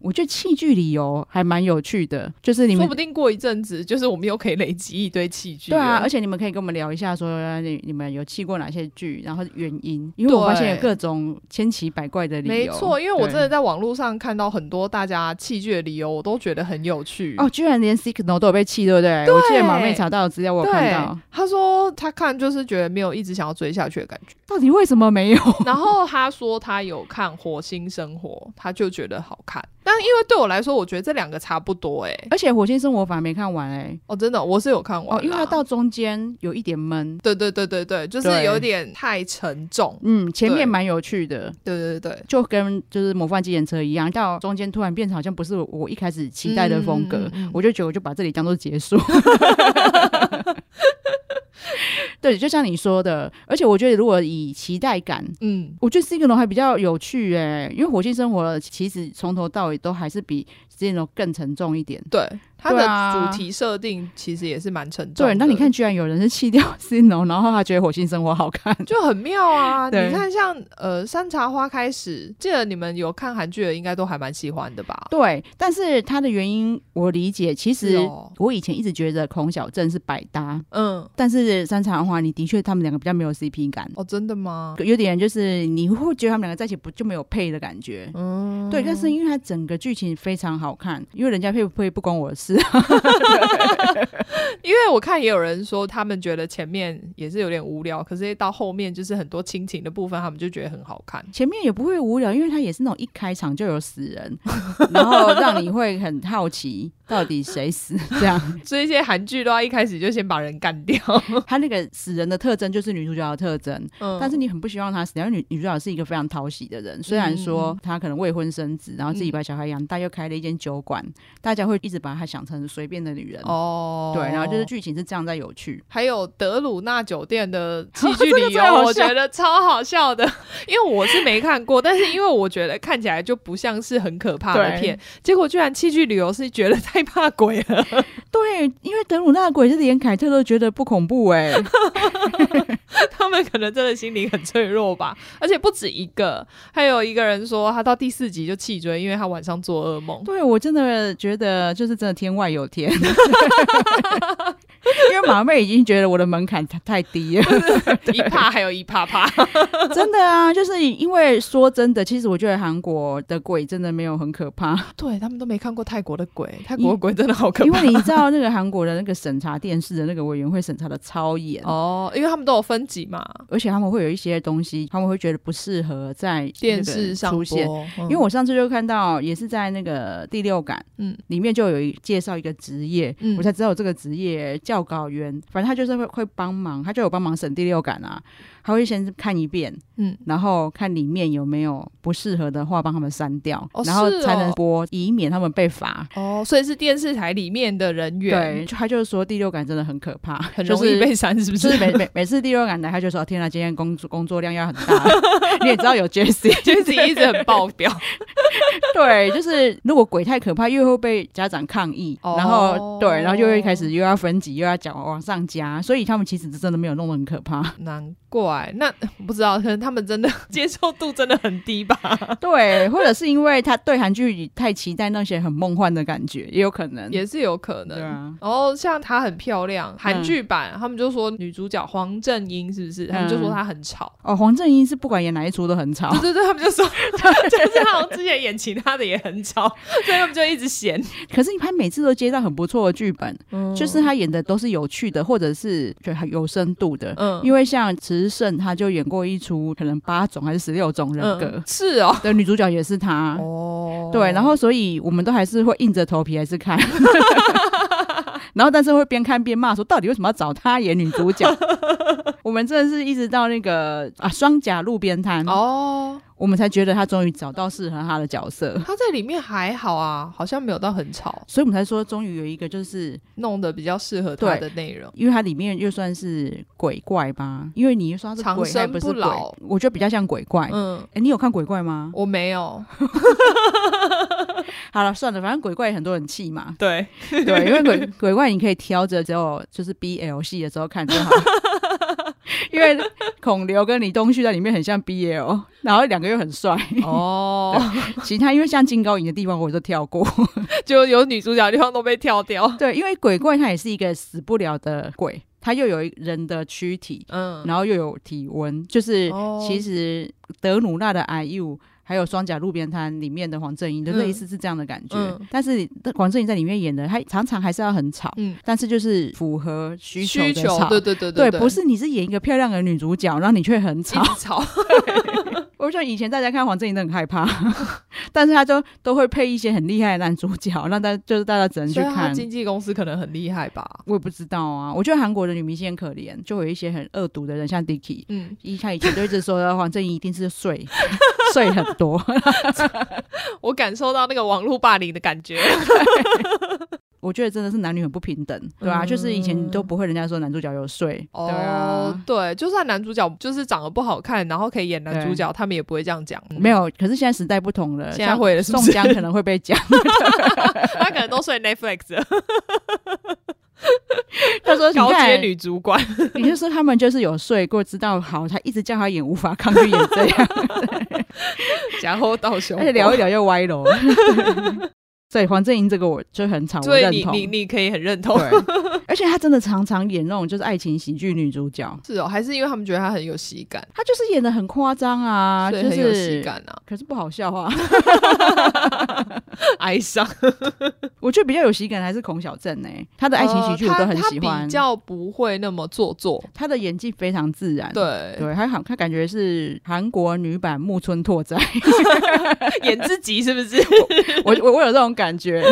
[SPEAKER 1] 我觉得器具理由还蛮有趣的，就是你
[SPEAKER 2] 说
[SPEAKER 1] 们
[SPEAKER 2] 不定过一阵子，就是我们又可以累积一堆器具
[SPEAKER 1] 对
[SPEAKER 2] 了。
[SPEAKER 1] 啊，而且你们可以跟我们聊一下说，你你们有弃过哪些剧，然后原因，因为我发现有
[SPEAKER 2] 对
[SPEAKER 1] 各种千奇百怪的理由。
[SPEAKER 2] 没错，因为我
[SPEAKER 1] 对
[SPEAKER 2] 真的在网络上看到很多大家弃剧的理由，我都觉得很有趣。
[SPEAKER 1] 哦，居然连 Signal 都有被弃，对不对？我记得马妹查到的资料，我有看
[SPEAKER 2] 对
[SPEAKER 1] 到，，
[SPEAKER 2] 他说他看就是觉得没有一直想要追下去的感
[SPEAKER 1] [laughs]
[SPEAKER 2] 觉。
[SPEAKER 1] 到底为什么没有？ [laughs]
[SPEAKER 2] 然后他说他有看《火星生活》，他就觉得好看。但因为对我来说，我觉得这两个差不多哎、
[SPEAKER 1] 而且《火星生活》反而没看完哎、
[SPEAKER 2] 哦，真的，我是有看完啦、
[SPEAKER 1] 哦，因为它到中间有一点闷，
[SPEAKER 2] 对对对对对，就是
[SPEAKER 1] 对
[SPEAKER 2] 有点太沉重。
[SPEAKER 1] 嗯，前
[SPEAKER 2] 对
[SPEAKER 1] 面蛮有趣的。
[SPEAKER 2] 对对对对，
[SPEAKER 1] 就跟就是模范机人车一样，到中间突然变成好像不是我一开始期待的风格，
[SPEAKER 2] 嗯嗯嗯
[SPEAKER 1] 我就觉得我就把这里当做结束。 [laughs] 对，就像你说的，而且我觉得如果以期待感，
[SPEAKER 2] 嗯，
[SPEAKER 1] 我觉得《Signal》还比较有趣诶、因为《火星生活》其实从头到尾都还是比《Signal》更沉重一点。
[SPEAKER 2] 对，它
[SPEAKER 1] 对啊
[SPEAKER 2] 的主题设定其实也是蛮沉重的。
[SPEAKER 1] 对，那你看，居然有人是弃掉《Signal》，然后他觉得《火星生活》好看。
[SPEAKER 2] 就很妙啊！
[SPEAKER 1] 对
[SPEAKER 2] 你看像，呃，《山茶花》开始，记得你们有看韩剧的，应该都还蛮喜欢的吧？
[SPEAKER 1] 对，但是他的原因我理解，其
[SPEAKER 2] 是
[SPEAKER 1] 实
[SPEAKER 2] 哦
[SPEAKER 1] 我以前一直觉得孔小镇是百搭，
[SPEAKER 2] 嗯，
[SPEAKER 1] 但是山茶花，你的确他们两个比较没有 CP 感，
[SPEAKER 2] 哦，真
[SPEAKER 1] [laughs]
[SPEAKER 2] 的吗？
[SPEAKER 1] 有点就是你会觉得他们两个在一起不就没有配的感觉。
[SPEAKER 2] 嗯，
[SPEAKER 1] 对，但是因为它整个剧情非常好看，因为人家配不配不关我的事。 [laughs]
[SPEAKER 2] 因为我看也有人说，他们觉得前面也是有点无聊，可是到后面就是很多亲情的部分，他们就觉得很好看。
[SPEAKER 1] 前面也不会无聊，因为它也是那种一开场就有死人， [laughs] 然后让你会很好奇到底谁死这样。
[SPEAKER 2] 所以一些韩剧都要一开始就先把人干掉。
[SPEAKER 1] 它那个死人的特征就是女主角的特征，
[SPEAKER 2] 嗯
[SPEAKER 1] [laughs] 但是你很不希望她死掉，因为女女主角是一个非常讨喜的人。虽然说她可能未婚生子，然后自己把小孩养大，又开了一间酒馆，大家会一直把她想成随便的女人。
[SPEAKER 2] 哦，
[SPEAKER 1] 对，然后就是剧情是这样在有趣。
[SPEAKER 2] 还有德鲁纳酒店
[SPEAKER 1] [laughs]
[SPEAKER 2] 的戏剧
[SPEAKER 1] 这
[SPEAKER 2] 理
[SPEAKER 1] 个
[SPEAKER 2] 由
[SPEAKER 1] 最好，笑
[SPEAKER 2] 我觉得超好笑的，因为我是没看过，但是因为我觉得看起来就不像是很可怕的
[SPEAKER 1] 对
[SPEAKER 2] 片，结果居然戏剧理由是觉得太怕鬼了， [laughs]
[SPEAKER 1] 对，因为德鲁纳的鬼是连凯特都觉得不恐怖哎、 [laughs]
[SPEAKER 2] 他们可能真的心灵很脆弱吧，而且不止一个，还有一个人说他到第四集就弃追，因为他晚上做噩梦。
[SPEAKER 1] 对我真的觉得就是真的天外有 [laughs] 天，因为马妹已经觉得我的门槛太太低了，
[SPEAKER 2] 一怕还有一怕怕，
[SPEAKER 1] [laughs] 真的啊，就是因为说真的，其实我觉得韩国的鬼真的没有很可怕，
[SPEAKER 2] 对他们都没看过泰国的鬼，泰国的鬼真的好可
[SPEAKER 1] 因
[SPEAKER 2] 怕
[SPEAKER 1] 为你知道那个韩国的那个审查电视的那个委员会审查的超严。
[SPEAKER 2] 哦，因为他们都有分级嘛，
[SPEAKER 1] 而且他们会有一些东西，他们会觉得不适合在那
[SPEAKER 2] 电
[SPEAKER 1] 个
[SPEAKER 2] 视上
[SPEAKER 1] 出现，
[SPEAKER 2] 播嗯
[SPEAKER 1] 因为我上次就看到，也是在那个第六感，
[SPEAKER 2] 嗯
[SPEAKER 1] 嗯，里面就有一介绍一个职业，
[SPEAKER 2] 嗯
[SPEAKER 1] 我才知道有这个职业教稿员，反正他就是会会帮忙，他就有帮忙审第六感啊，他会先看一遍，
[SPEAKER 2] 嗯
[SPEAKER 1] 嗯，然后看里面有没有不适合的话，帮他们删掉，
[SPEAKER 2] 哦
[SPEAKER 1] 然后
[SPEAKER 2] 是哦
[SPEAKER 1] 才能播，以免他们被罚。
[SPEAKER 2] 哦，所以是电视台里面的人
[SPEAKER 1] 对，
[SPEAKER 2] 员，
[SPEAKER 1] 就他就是说第六感真的很可怕，
[SPEAKER 2] 很容易
[SPEAKER 1] 就是
[SPEAKER 2] 被删，是不
[SPEAKER 1] 就是
[SPEAKER 2] 是？
[SPEAKER 1] 每每每次第六感来，他就说：“天啊，今天工作工作量要很大。” [laughs] 你也知道有
[SPEAKER 2] [laughs]
[SPEAKER 1] Jesse，
[SPEAKER 2] 就是 [laughs] 自己一直很爆表，
[SPEAKER 1] [laughs] 对，就是如果鬼太可怕，又会被家长抗议，
[SPEAKER 2] 哦
[SPEAKER 1] 然后对，然后就会开始又要分级，又要讲往上加，所以他们其实真的没有弄得很可
[SPEAKER 2] [laughs]
[SPEAKER 1] 怕。
[SPEAKER 2] 难怪。那我不知道，可能他们真的
[SPEAKER 1] [laughs]
[SPEAKER 2] 接受度真的很低吧？
[SPEAKER 1] 对，或者是因为他对韩剧太期待那些很梦幻的感觉，也有可嗯能。
[SPEAKER 2] 也是有可
[SPEAKER 1] 对
[SPEAKER 2] 能。
[SPEAKER 1] 啊，
[SPEAKER 2] 然后像她很漂亮，韩剧版、他们就说女主角黄正英是不是？他们就说她很吵。
[SPEAKER 1] 哦，黄正英是不管演哪一出都很
[SPEAKER 2] [laughs]
[SPEAKER 1] 吵
[SPEAKER 2] 对，对对，他们就说，就是她好像之前演其他的也很吵， [laughs] 所以他们就一直嫌。
[SPEAKER 1] 可是他每次都接到很不错的剧本，嗯
[SPEAKER 2] 嗯
[SPEAKER 1] 就是他演的都是有趣的，或者是就很有深度的。
[SPEAKER 2] 嗯
[SPEAKER 1] 因为像池胜，他就演过一出可能八种还是十六种人格
[SPEAKER 2] 嗯，是哦，
[SPEAKER 1] 的女主角也是他。
[SPEAKER 2] 哦
[SPEAKER 1] 对，然后所以我们都还是会硬着头皮还是
[SPEAKER 2] [laughs]
[SPEAKER 1] 看，然后但是会边看边骂说，到底为什么要找她演女
[SPEAKER 2] [laughs]
[SPEAKER 1] 主角？我们真的是一直到那个啊双甲路边摊，
[SPEAKER 2] 哦，
[SPEAKER 1] 我们才觉得她终于找到适合她的角色，
[SPEAKER 2] 她在里面还好啊，好像没有到很吵。
[SPEAKER 1] 所以我们才说终于有一个就是。
[SPEAKER 2] 弄得比较适合他的内容。
[SPEAKER 1] 因为它里面又算是鬼怪吧，因为你说它是
[SPEAKER 2] 长
[SPEAKER 1] 鬼，它也
[SPEAKER 2] 生
[SPEAKER 1] 不是
[SPEAKER 2] 不
[SPEAKER 1] 鬼
[SPEAKER 2] 老，
[SPEAKER 1] 我觉得比较像鬼怪。哎、
[SPEAKER 2] 嗯，
[SPEAKER 1] 你有看鬼怪吗？
[SPEAKER 2] 我没有。
[SPEAKER 1] 好了，算了，反正鬼怪很多人气
[SPEAKER 2] [laughs]
[SPEAKER 1] 嘛，
[SPEAKER 2] 对，
[SPEAKER 1] 对，因为鬼鬼怪你可以挑着只有就是 BL 系的时候看就好。因为孔刘跟李东旭在里面很像 BL，然后两个又很帅。
[SPEAKER 2] [laughs] 哦，
[SPEAKER 1] 其他因为像金高银的地方我都跳过， [laughs]
[SPEAKER 2] 就有女主角的地方都被跳掉。
[SPEAKER 1] 对，因为鬼怪它也是一个死不了的鬼，它又有人的躯体，
[SPEAKER 2] 嗯，
[SPEAKER 1] 然后又有体温，就是
[SPEAKER 2] 哦
[SPEAKER 1] 其实德鲁纳的 IU。还有《双甲路边摊》里面的黄正英，就
[SPEAKER 2] 嗯
[SPEAKER 1] 类似是这样的感觉。
[SPEAKER 2] 嗯
[SPEAKER 1] 但是黄正英在里面演的，他常常还是要很吵，
[SPEAKER 2] 嗯，
[SPEAKER 1] 但是就是符合需求
[SPEAKER 2] 需
[SPEAKER 1] 的
[SPEAKER 2] 求
[SPEAKER 1] 吵。，
[SPEAKER 2] 对对对
[SPEAKER 1] 对
[SPEAKER 2] 对，
[SPEAKER 1] 不是你是演一个漂亮的女主角，然后你却很
[SPEAKER 2] 一
[SPEAKER 1] 吵。
[SPEAKER 2] 直吵，
[SPEAKER 1] 我想以前大家看黄正英都很害怕， [laughs] 但是他就都会配一些很厉害的男主角，让大就是大家只能去
[SPEAKER 2] 所以他
[SPEAKER 1] 看。
[SPEAKER 2] 经纪公司可能很厉害吧？
[SPEAKER 1] 我也不知道啊，我觉得韩国的女明星很可怜，就有一些很恶毒的人，像 Dicky，
[SPEAKER 2] 嗯，
[SPEAKER 1] 一他以前就一直说哦黄正英一定是睡 [laughs] 睡很多。 [laughs]
[SPEAKER 2] 我感受到那个网络霸凌的感
[SPEAKER 1] [laughs]
[SPEAKER 2] 觉。
[SPEAKER 1] 我觉得真的是男女很不平等，对啊，
[SPEAKER 2] 嗯
[SPEAKER 1] 就是以前都不会人家说男主角有睡，对啊。
[SPEAKER 2] 哦对，就算男主角就是长得不好看，然后可以演男主角，他们也不会这样讲。嗯
[SPEAKER 1] 没，有，可是现在时代不同了，
[SPEAKER 2] 现在会了是
[SPEAKER 1] 像宋
[SPEAKER 2] 不是
[SPEAKER 1] 江可能会被讲。
[SPEAKER 2] [laughs] 他可能都睡 Netflix 了
[SPEAKER 1] 他说：“
[SPEAKER 2] 高
[SPEAKER 1] [laughs] 你
[SPEAKER 2] 阶
[SPEAKER 1] 看
[SPEAKER 2] 女主管，
[SPEAKER 1] [laughs]
[SPEAKER 2] [laughs]
[SPEAKER 1] 你就说他们就是有睡过，知道好，他一直叫他演无法抗拒演这样，
[SPEAKER 2] [laughs] 然后到熊
[SPEAKER 1] 而且聊一聊又歪楼。 [laughs] 对，黄正英这个我就很吵，我
[SPEAKER 2] 所以
[SPEAKER 1] 认
[SPEAKER 2] 你
[SPEAKER 1] 同。
[SPEAKER 2] 你你可以很认同。
[SPEAKER 1] 对，而且他真的常常演那种就是爱情喜剧女主角，
[SPEAKER 2] [laughs] 是哦，还是因为他们觉得他很有喜 [laughs] 感，
[SPEAKER 1] 她就是演的很夸张啊，
[SPEAKER 2] 所以
[SPEAKER 1] 就
[SPEAKER 2] 很有喜
[SPEAKER 1] 是。
[SPEAKER 2] 感啊，
[SPEAKER 1] 可是不好笑啊，
[SPEAKER 2] [laughs]
[SPEAKER 1] [laughs]
[SPEAKER 2] 哀伤。
[SPEAKER 1] 我觉得比较有喜感还是孔小振呢、她的爱情喜剧我都很喜
[SPEAKER 2] 呃他他
[SPEAKER 1] 欢，
[SPEAKER 2] 比较不会那么做作。
[SPEAKER 1] 她的演技非常自然，
[SPEAKER 2] 对，
[SPEAKER 1] 对，她好，她感觉是韩国女版木村拓哉， [laughs]
[SPEAKER 2] [laughs] 演自己是不是？
[SPEAKER 1] 我我我有这种感觉，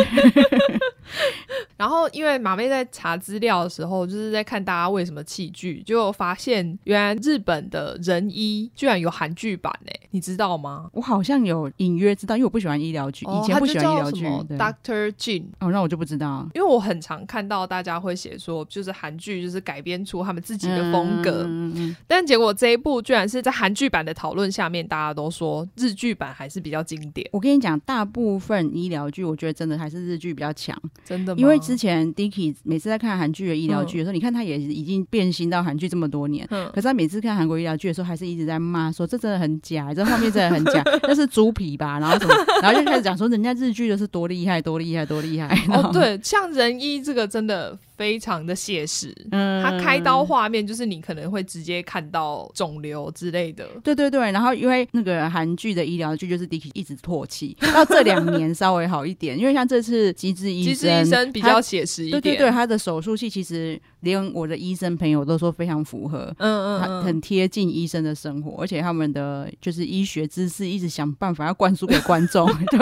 [SPEAKER 1] [laughs]
[SPEAKER 2] 然后，因为马妹在查资料的时候，就是在看大家为什么弃剧，就发现原来日本的人医居然有韩剧版诶、你知道吗？
[SPEAKER 1] 我好像有隐约知道，因为我不喜欢医疗剧，
[SPEAKER 2] 哦
[SPEAKER 1] 以前不喜欢医疗剧。对
[SPEAKER 2] ，Doctor Jin。
[SPEAKER 1] 哦，那我就不知道。
[SPEAKER 2] 因为我很常看到大家会写说，就是韩剧就是改编出他们自己的风格，
[SPEAKER 1] 嗯嗯嗯
[SPEAKER 2] 但结果这一部居然是在韩剧版的讨论下面，大家都说日剧版还是比较经典，
[SPEAKER 1] 我跟你讲，大部分医疗剧，我觉得真的还是日剧比较强，
[SPEAKER 2] 真的吗？
[SPEAKER 1] 因为之前 Dicky 每次在看韩剧的医疗剧的时候，你看他也已经变心到韩剧这么多年。
[SPEAKER 2] 嗯
[SPEAKER 1] 可是他每次看韩国医疗剧的时候，还是一直在骂说这真的很假，这画面真的很假，那是猪皮吧？然后什么，然后就开始讲说人家日剧的是多厉害，多厉害，多厉害。然
[SPEAKER 2] 哦
[SPEAKER 1] 后，，
[SPEAKER 2] 对，像仁医这个真的非常的写实，
[SPEAKER 1] 嗯
[SPEAKER 2] 他开刀画面就是你可能会直接看到肿瘤之类的。
[SPEAKER 1] 对对对，然后因为那个韩剧的医疗剧就是 Dicky 一直唾弃，到这两年稍微好一点，因为像这次《机智医
[SPEAKER 2] 其
[SPEAKER 1] 生》，
[SPEAKER 2] 实医生比较写实一
[SPEAKER 1] 对
[SPEAKER 2] 点，
[SPEAKER 1] 对对，，他的手术戏其实连我的医生朋友都说非常符合。
[SPEAKER 2] 嗯
[SPEAKER 1] 他
[SPEAKER 2] 嗯嗯，
[SPEAKER 1] 很贴近医生的生活，而且他们的就是医学知识，一直想办法要灌输给观众。
[SPEAKER 2] [laughs]
[SPEAKER 1] 对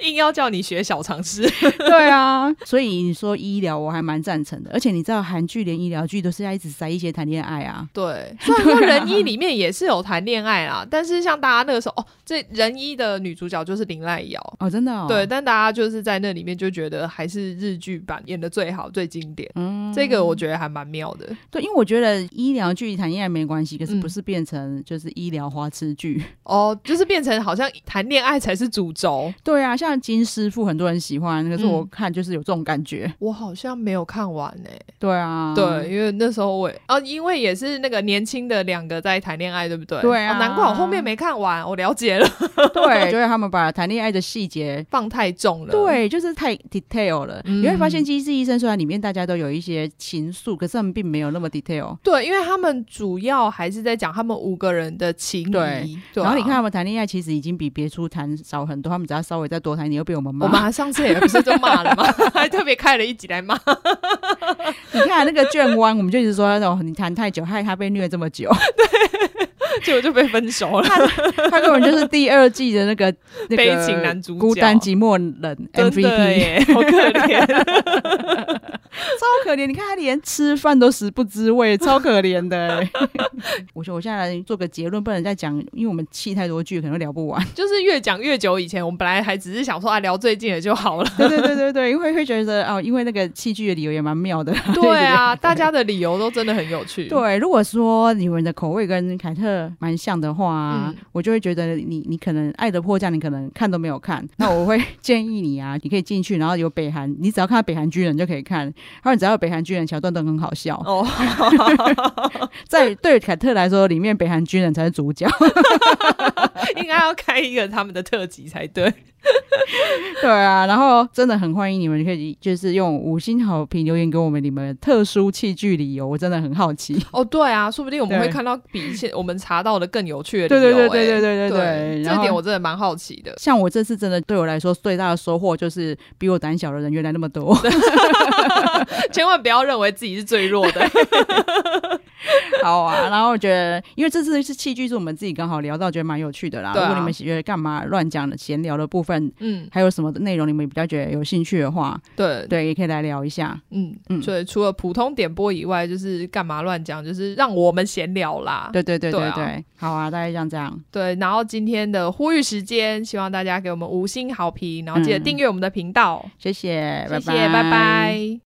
[SPEAKER 2] 硬要叫你学小
[SPEAKER 1] [laughs]
[SPEAKER 2] 常识，
[SPEAKER 1] 对啊，所以你说医疗，我还蛮赞成的。而且你知道，韩剧连医疗剧都是要一直塞一些谈恋爱啊，
[SPEAKER 2] 对。虽然说仁医里面也是有谈恋爱啦，但是像大家那个时候，哦，这仁医的女主角就是林濑遥。
[SPEAKER 1] 哦，真的、哦，
[SPEAKER 2] 对，，但大家就是在那里面就觉得还是日剧版演的最好、最经典，
[SPEAKER 1] 嗯，
[SPEAKER 2] 这个我觉得还蛮妙的。
[SPEAKER 1] 对，因为我觉得医疗剧谈恋爱没关系，可是
[SPEAKER 2] 嗯
[SPEAKER 1] 不是变成就是医疗花痴剧？ [laughs]
[SPEAKER 2] 哦，就是变成好像谈恋爱才是主轴，
[SPEAKER 1] 对啊，像金师傅很多人喜欢，可是我
[SPEAKER 2] 嗯
[SPEAKER 1] 看就是有这种感觉。
[SPEAKER 2] 我好像没有看完诶、
[SPEAKER 1] 对啊，
[SPEAKER 2] 对，。因为那时候我也哦，因为也是那个年轻的两个在谈恋爱，对不对？
[SPEAKER 1] 对啊
[SPEAKER 2] 哦难怪我后面没看完，我了解了， [laughs]
[SPEAKER 1] 对，就是他们把谈恋爱的细节。
[SPEAKER 2] 放太重了。，
[SPEAKER 1] 对，就是太 detail 了。
[SPEAKER 2] 嗯
[SPEAKER 1] 你会发现《机智医生》虽然里面大家都有一些情愫，可是他们并没有那么 detail。
[SPEAKER 2] 对，因为他们主要还是在讲他们五个人的情谊。
[SPEAKER 1] 对
[SPEAKER 2] 对啊
[SPEAKER 1] 然后你看，他们谈恋爱，其实已经比别处谈少很多。他们只要稍微再多谈一点，又被我们骂。
[SPEAKER 2] 我们上次也不是就骂了吗？ [laughs] 还特别开了一集来骂。
[SPEAKER 1] 你看那个卷弯，我们就一直说那种你谈太久，害他被虐这么久。
[SPEAKER 2] 结果就被分手了。
[SPEAKER 1] 他根本就是第二季的
[SPEAKER 2] [laughs]
[SPEAKER 1] 那个那个
[SPEAKER 2] 悲情男主角
[SPEAKER 1] 孤单寂寞冷
[SPEAKER 2] 真的
[SPEAKER 1] MVP，
[SPEAKER 2] [laughs] 耶，好可怜。
[SPEAKER 1] 超可怜。你看他连吃饭都食不知味，超可怜的
[SPEAKER 2] [laughs]
[SPEAKER 1] 欸。我说我现在来做个结论，不能再讲，因为我们气太多剧，可能聊不完。
[SPEAKER 2] [laughs] 就是越讲越久以前，我们本来还只是想说啊，聊最近的就好了。
[SPEAKER 1] 对对对对对，因为会觉得哦，因为那个戏剧的理由也蛮妙的。
[SPEAKER 2] [laughs] 对啊，大家的理由都真的很有趣。
[SPEAKER 1] [laughs] 对，如果说你们的口味跟凯特蛮像的话，
[SPEAKER 2] 嗯
[SPEAKER 1] 我就会觉得你你可能《爱的迫降》你可能
[SPEAKER 2] [laughs]
[SPEAKER 1] 啊看都没有看，那我会建议你啊，你可以进去，然后有北韩，你只要看到北韩军人就可以看，他们只要有北韩军人桥段都很好笑。
[SPEAKER 2] 哦， [laughs]
[SPEAKER 1] 在对凯特来说，里面北韩军人才是主
[SPEAKER 2] [laughs]
[SPEAKER 1] 角。
[SPEAKER 2] 应该要开一个他们的特辑才对。
[SPEAKER 1] 对啊，然后真的很欢迎你们可以就是用五星好评留言给我们你们特殊器具理由，我真的很好奇。
[SPEAKER 2] 哦，对啊，说不定我们
[SPEAKER 1] 对
[SPEAKER 2] 会看到比现我们查到的更有趣的
[SPEAKER 1] 对
[SPEAKER 2] 理由、
[SPEAKER 1] 对
[SPEAKER 2] 哎欸。
[SPEAKER 1] 对对对对对对，然
[SPEAKER 2] 这
[SPEAKER 1] 后
[SPEAKER 2] 点我真的蛮好奇的。
[SPEAKER 1] 像我这次真的对我来说最大的收获就是比我胆小的人原来那么多。
[SPEAKER 2] [laughs] 啊千万不要认为自己是最弱的。
[SPEAKER 1] [laughs] 好啊，然后我觉得因为这次是器具是我们自己刚好聊到，觉得蛮有趣的啦。
[SPEAKER 2] 对啊
[SPEAKER 1] 如果你们觉得干嘛乱讲的闲聊的部分，
[SPEAKER 2] [laughs] 嗯，
[SPEAKER 1] 还有什么内容你们比较觉得有兴趣的话，
[SPEAKER 2] 对，
[SPEAKER 1] 对，也可以来聊一下。
[SPEAKER 2] 嗯
[SPEAKER 1] 嗯
[SPEAKER 2] 嗯，所以除了普通点播以外，就是干嘛乱讲，就是让我们闲聊啦。
[SPEAKER 1] 对对对对
[SPEAKER 2] 对啊
[SPEAKER 1] 对，好啊，大概像这样。
[SPEAKER 2] 对，然后今天的呼吁时间，希望大家给我们五星好评，然后记得
[SPEAKER 1] 嗯哎
[SPEAKER 2] 订阅我们的频道。
[SPEAKER 1] 谢谢，
[SPEAKER 2] 谢谢，拜拜